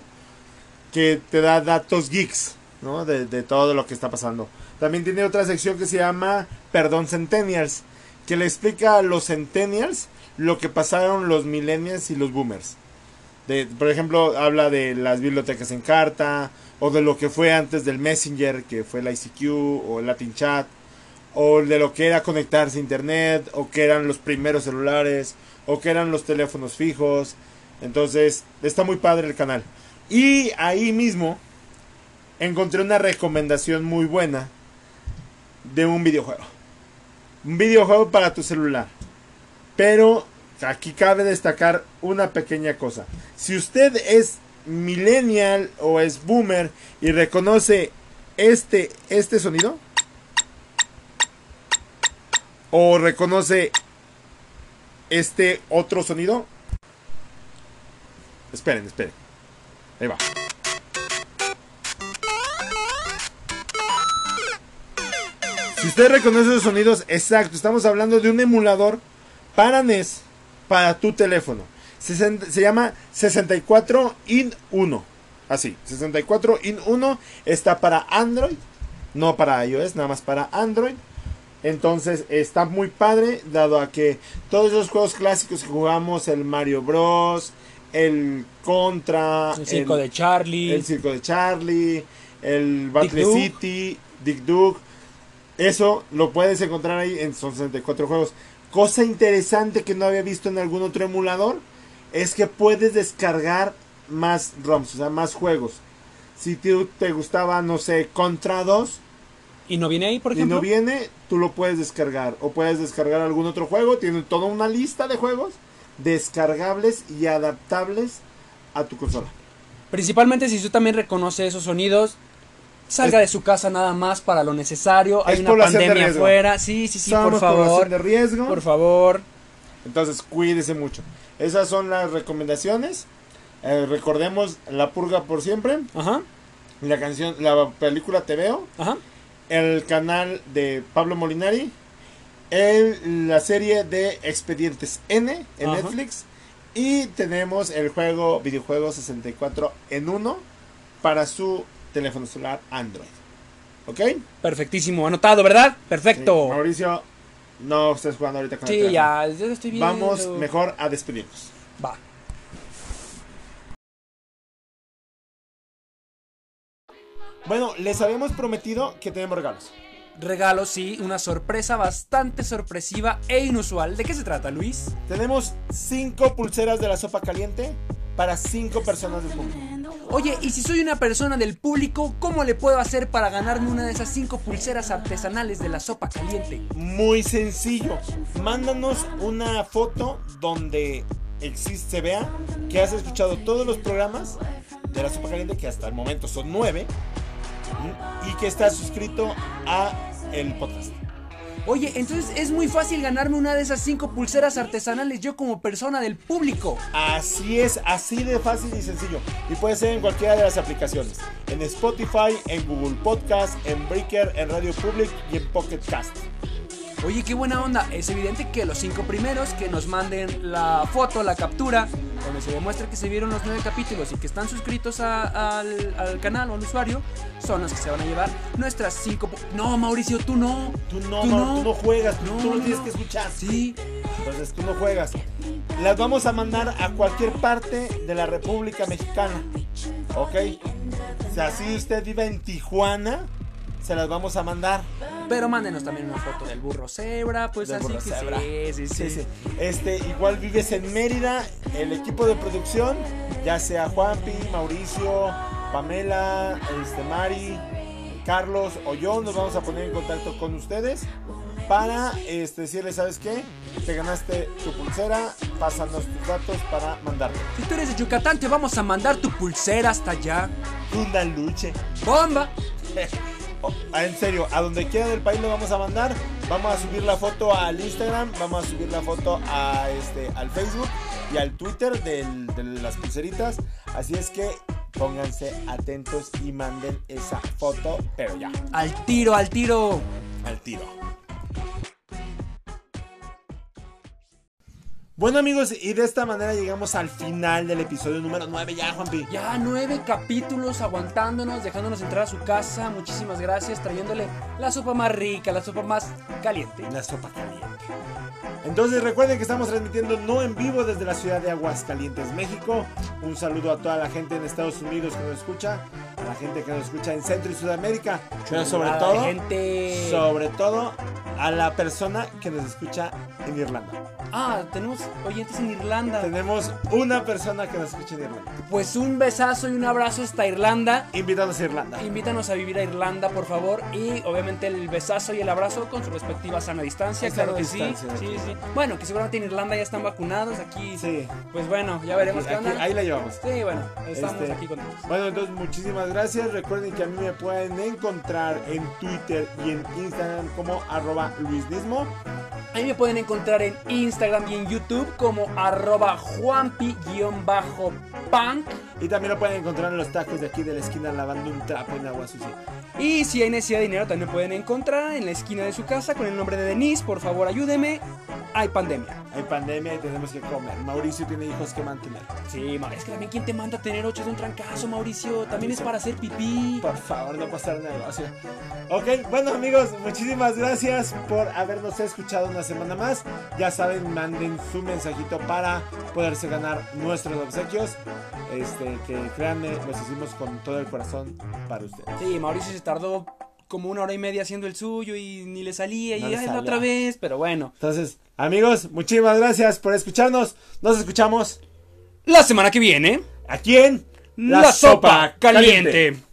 [SPEAKER 4] que te da datos geeks, ¿no? De, de todo lo que está pasando. También tiene otra sección que se llama Perdón Centennials, que le explica a los centennials lo que pasaron los millennials y los boomers. De, por ejemplo, habla de las bibliotecas en carta, o de lo que fue antes del Messenger, que fue el ICQ, o el Latin Chat, o de lo que era conectarse a Internet, o que eran los primeros celulares, o que eran los teléfonos fijos. Entonces, está muy padre el canal. Y ahí mismo encontré una recomendación muy buena de un videojuego. Un videojuego para tu celular. Pero aquí cabe destacar una pequeña cosa. Si usted es millennial o es boomer y reconoce este, este sonido, o reconoce este otro sonido, esperen, esperen. Ahí va. Si usted reconoce esos sonidos, exacto, estamos hablando de un emulador para NES, para tu teléfono. Sesen- Se, llama 64 in 1. Así, 64 in 1 está para Android, no para iOS, nada más para Android. Entonces está muy padre, dado a que todos esos juegos clásicos que jugamos, el Mario Bros, el Contra,
[SPEAKER 2] El circo de Charlie.
[SPEAKER 4] el circo de Charlie, el Battle
[SPEAKER 2] Duke.
[SPEAKER 4] City, Dick Duke. Eso lo puedes encontrar ahí en son 64 juegos. Cosa interesante que no había visto en algún otro emulador es que puedes descargar más ROMs, o sea, más juegos. Si tú te gustaba, no sé, Contra 2
[SPEAKER 2] y no viene ahí, por
[SPEAKER 4] y
[SPEAKER 2] ejemplo.
[SPEAKER 4] no viene, tú lo puedes descargar. O puedes descargar algún otro juego. Tiene toda una lista de juegos descargables y adaptables a tu consola.
[SPEAKER 2] Principalmente si usted también reconoce esos sonidos, salga de su casa nada más para lo necesario. Hay
[SPEAKER 4] Es
[SPEAKER 2] una
[SPEAKER 4] población de
[SPEAKER 2] pandemia
[SPEAKER 4] riesgo.
[SPEAKER 2] afuera. Sí, sí, sí, por
[SPEAKER 4] Somos población
[SPEAKER 2] favor.
[SPEAKER 4] de riesgo.
[SPEAKER 2] Por favor.
[SPEAKER 4] Entonces, cuídese mucho. Esas son las recomendaciones. Eh, recordemos La Purga por siempre,
[SPEAKER 2] Ajá,
[SPEAKER 4] la canción, la película Te Veo,
[SPEAKER 2] ajá.
[SPEAKER 4] el canal de Pablo Molinari, el- la serie de Expedientes N en
[SPEAKER 2] Ajá.
[SPEAKER 4] Netflix y tenemos el juego videojuego 64 en 1 para su teléfono celular Android. ¿Ok?
[SPEAKER 2] Perfectísimo. Anotado, ¿verdad?
[SPEAKER 4] Sí,
[SPEAKER 2] Perfecto.
[SPEAKER 4] Mauricio, no estés jugando ahorita con el
[SPEAKER 2] Sí,
[SPEAKER 4] teléfono.
[SPEAKER 2] ya, yo lo estoy viendo.
[SPEAKER 4] Vamos mejor a despedirnos.
[SPEAKER 2] Va.
[SPEAKER 4] Bueno, les habíamos prometido que tenemos regalos.
[SPEAKER 2] Regalo, sí, una sorpresa bastante sorpresiva e inusual. ¿De qué se trata, Luis?
[SPEAKER 4] Tenemos cinco pulseras de la sopa caliente para cinco personas del público.
[SPEAKER 2] Oye, y si soy una persona del público, ¿cómo le puedo hacer para ganarme una de esas cinco pulseras artesanales de la sopa caliente?
[SPEAKER 4] Muy sencillo. Mándanos una foto donde existe, se vea que has escuchado todos los programas de la sopa caliente, que hasta el momento son nueve, y que estás suscrito a el podcast.
[SPEAKER 2] Oye, entonces es muy fácil ganarme una de esas cinco pulseras artesanales yo como persona del público.
[SPEAKER 4] Así es, así de fácil y sencillo. Y puede ser en cualquiera de las aplicaciones. En Spotify, en Google Podcast, en Breaker, en Radio Public y en Pocket Cast.
[SPEAKER 2] Oye, qué buena onda. Es evidente que los cinco primeros que nos manden la foto, la captura, donde se demuestra que se vieron los nueve capítulos y que están suscritos a- al, al canal o al usuario, son los que se van a llevar nuestras cinco... pu- No, Mauricio, tú no.
[SPEAKER 4] Tú no, Mau, tú no juegas, tú- tú no tienes que escuchar.
[SPEAKER 2] Sí.
[SPEAKER 4] Entonces tú no juegas. Las vamos a mandar a cualquier parte de la República Mexicana. ¿Ok? así usted vive en Tijuana, se las vamos a mandar.
[SPEAKER 2] Pero mándenos también una foto del burro cebra, pues
[SPEAKER 4] Del
[SPEAKER 2] así
[SPEAKER 4] burro
[SPEAKER 2] que
[SPEAKER 4] cebra.
[SPEAKER 2] sí, sí, sí.
[SPEAKER 4] Sí, sí. Este, igual vives en Mérida, el equipo de producción, ya sea Juanpi, Mauricio, Pamela, este, Mari, Carlos o yo, nos vamos a poner en contacto con ustedes para este, decirles, ¿sabes qué? Te ganaste tu pulsera, pásanos tus datos para mandarte.
[SPEAKER 2] Si tú eres de Yucatán, te vamos a mandar tu pulsera hasta allá.
[SPEAKER 4] Una luche.
[SPEAKER 2] ¡Bomba!
[SPEAKER 4] Oh, en serio, a donde quiera del país lo vamos a mandar. Vamos a subir la foto al Instagram, vamos a subir la foto a este, al Facebook y al Twitter del- de las pulseritas. Así es que pónganse atentos y manden esa foto, pero ya,
[SPEAKER 2] Al tiro, al tiro.
[SPEAKER 4] al tiro. Bueno amigos, y de esta manera llegamos al final del episodio número 9 ya, Juanpi.
[SPEAKER 2] Ya nueve capítulos aguantándonos, dejándonos entrar a su casa. Muchísimas gracias, trayéndole la sopa más rica, la sopa más caliente.
[SPEAKER 4] La sopa caliente. Entonces recuerden que estamos transmitiendo no en vivo desde la ciudad de Aguascalientes, México. Un saludo a toda la gente en Estados Unidos que nos escucha, a la gente que nos escucha en Centro y Sudamérica, pero sobre
[SPEAKER 2] Nada de
[SPEAKER 4] todo,
[SPEAKER 2] gente.
[SPEAKER 4] sobre todo a la persona que nos escucha en Irlanda.
[SPEAKER 2] Ah, tenemos oyentes en Irlanda.
[SPEAKER 4] Tenemos una persona que nos escucha en Irlanda.
[SPEAKER 2] Pues un besazo y un abrazo hasta Irlanda.
[SPEAKER 4] Invítanos a Irlanda.
[SPEAKER 2] Invítanos a vivir a Irlanda, por favor. Y obviamente el besazo y el abrazo con su respectiva sana distancia,
[SPEAKER 4] Sana
[SPEAKER 2] claro que
[SPEAKER 4] distancia,
[SPEAKER 2] sí.
[SPEAKER 4] aquí.
[SPEAKER 2] Sí, sí. Bueno, que seguramente en Irlanda ya están vacunados. Aquí,
[SPEAKER 4] Sí.
[SPEAKER 2] pues bueno, ya veremos
[SPEAKER 4] Aquí-
[SPEAKER 2] qué onda.
[SPEAKER 4] ahí la llevamos.
[SPEAKER 2] Sí, bueno, estamos
[SPEAKER 4] Este,
[SPEAKER 2] aquí con ellos.
[SPEAKER 4] Bueno, entonces muchísimas gracias. Recuerden que a mí me pueden encontrar en Twitter y en Instagram como arroba luisdismo.
[SPEAKER 2] Ahí me pueden encontrar en Instagram y en YouTube como arroba juanpi-punk.
[SPEAKER 4] Y también lo pueden encontrar en los tacos de aquí de la esquina lavando un trapo en agua sucia.
[SPEAKER 2] Y si hay necesidad de dinero, también me pueden encontrar en la esquina de su casa con el nombre de Denise. Por favor, ayúdeme. Hay pandemia.
[SPEAKER 4] Hay pandemia y tenemos que comer. Mauricio tiene hijos que mantener.
[SPEAKER 2] Sí, ma- es que también quien te manda a tener ocho es un trancazo, Mauricio. También es para hacer pipí.
[SPEAKER 4] Por favor, no pasar negocio. Ok, bueno amigos, muchísimas gracias por habernos escuchado una semana más. Ya saben, manden su mensajito para poderse ganar nuestros obsequios. Este, que créanme, los hicimos con todo el corazón para ustedes.
[SPEAKER 2] Sí, Mauricio se tardó como una hora y media haciendo el suyo y ni le salía.
[SPEAKER 4] No
[SPEAKER 2] y
[SPEAKER 4] le
[SPEAKER 2] ay,
[SPEAKER 4] salía.
[SPEAKER 2] la otra vez, pero bueno.
[SPEAKER 4] Entonces, amigos, muchísimas gracias por escucharnos. Nos escuchamos
[SPEAKER 2] La semana que viene,
[SPEAKER 4] aquí en
[SPEAKER 2] la, sopa caliente.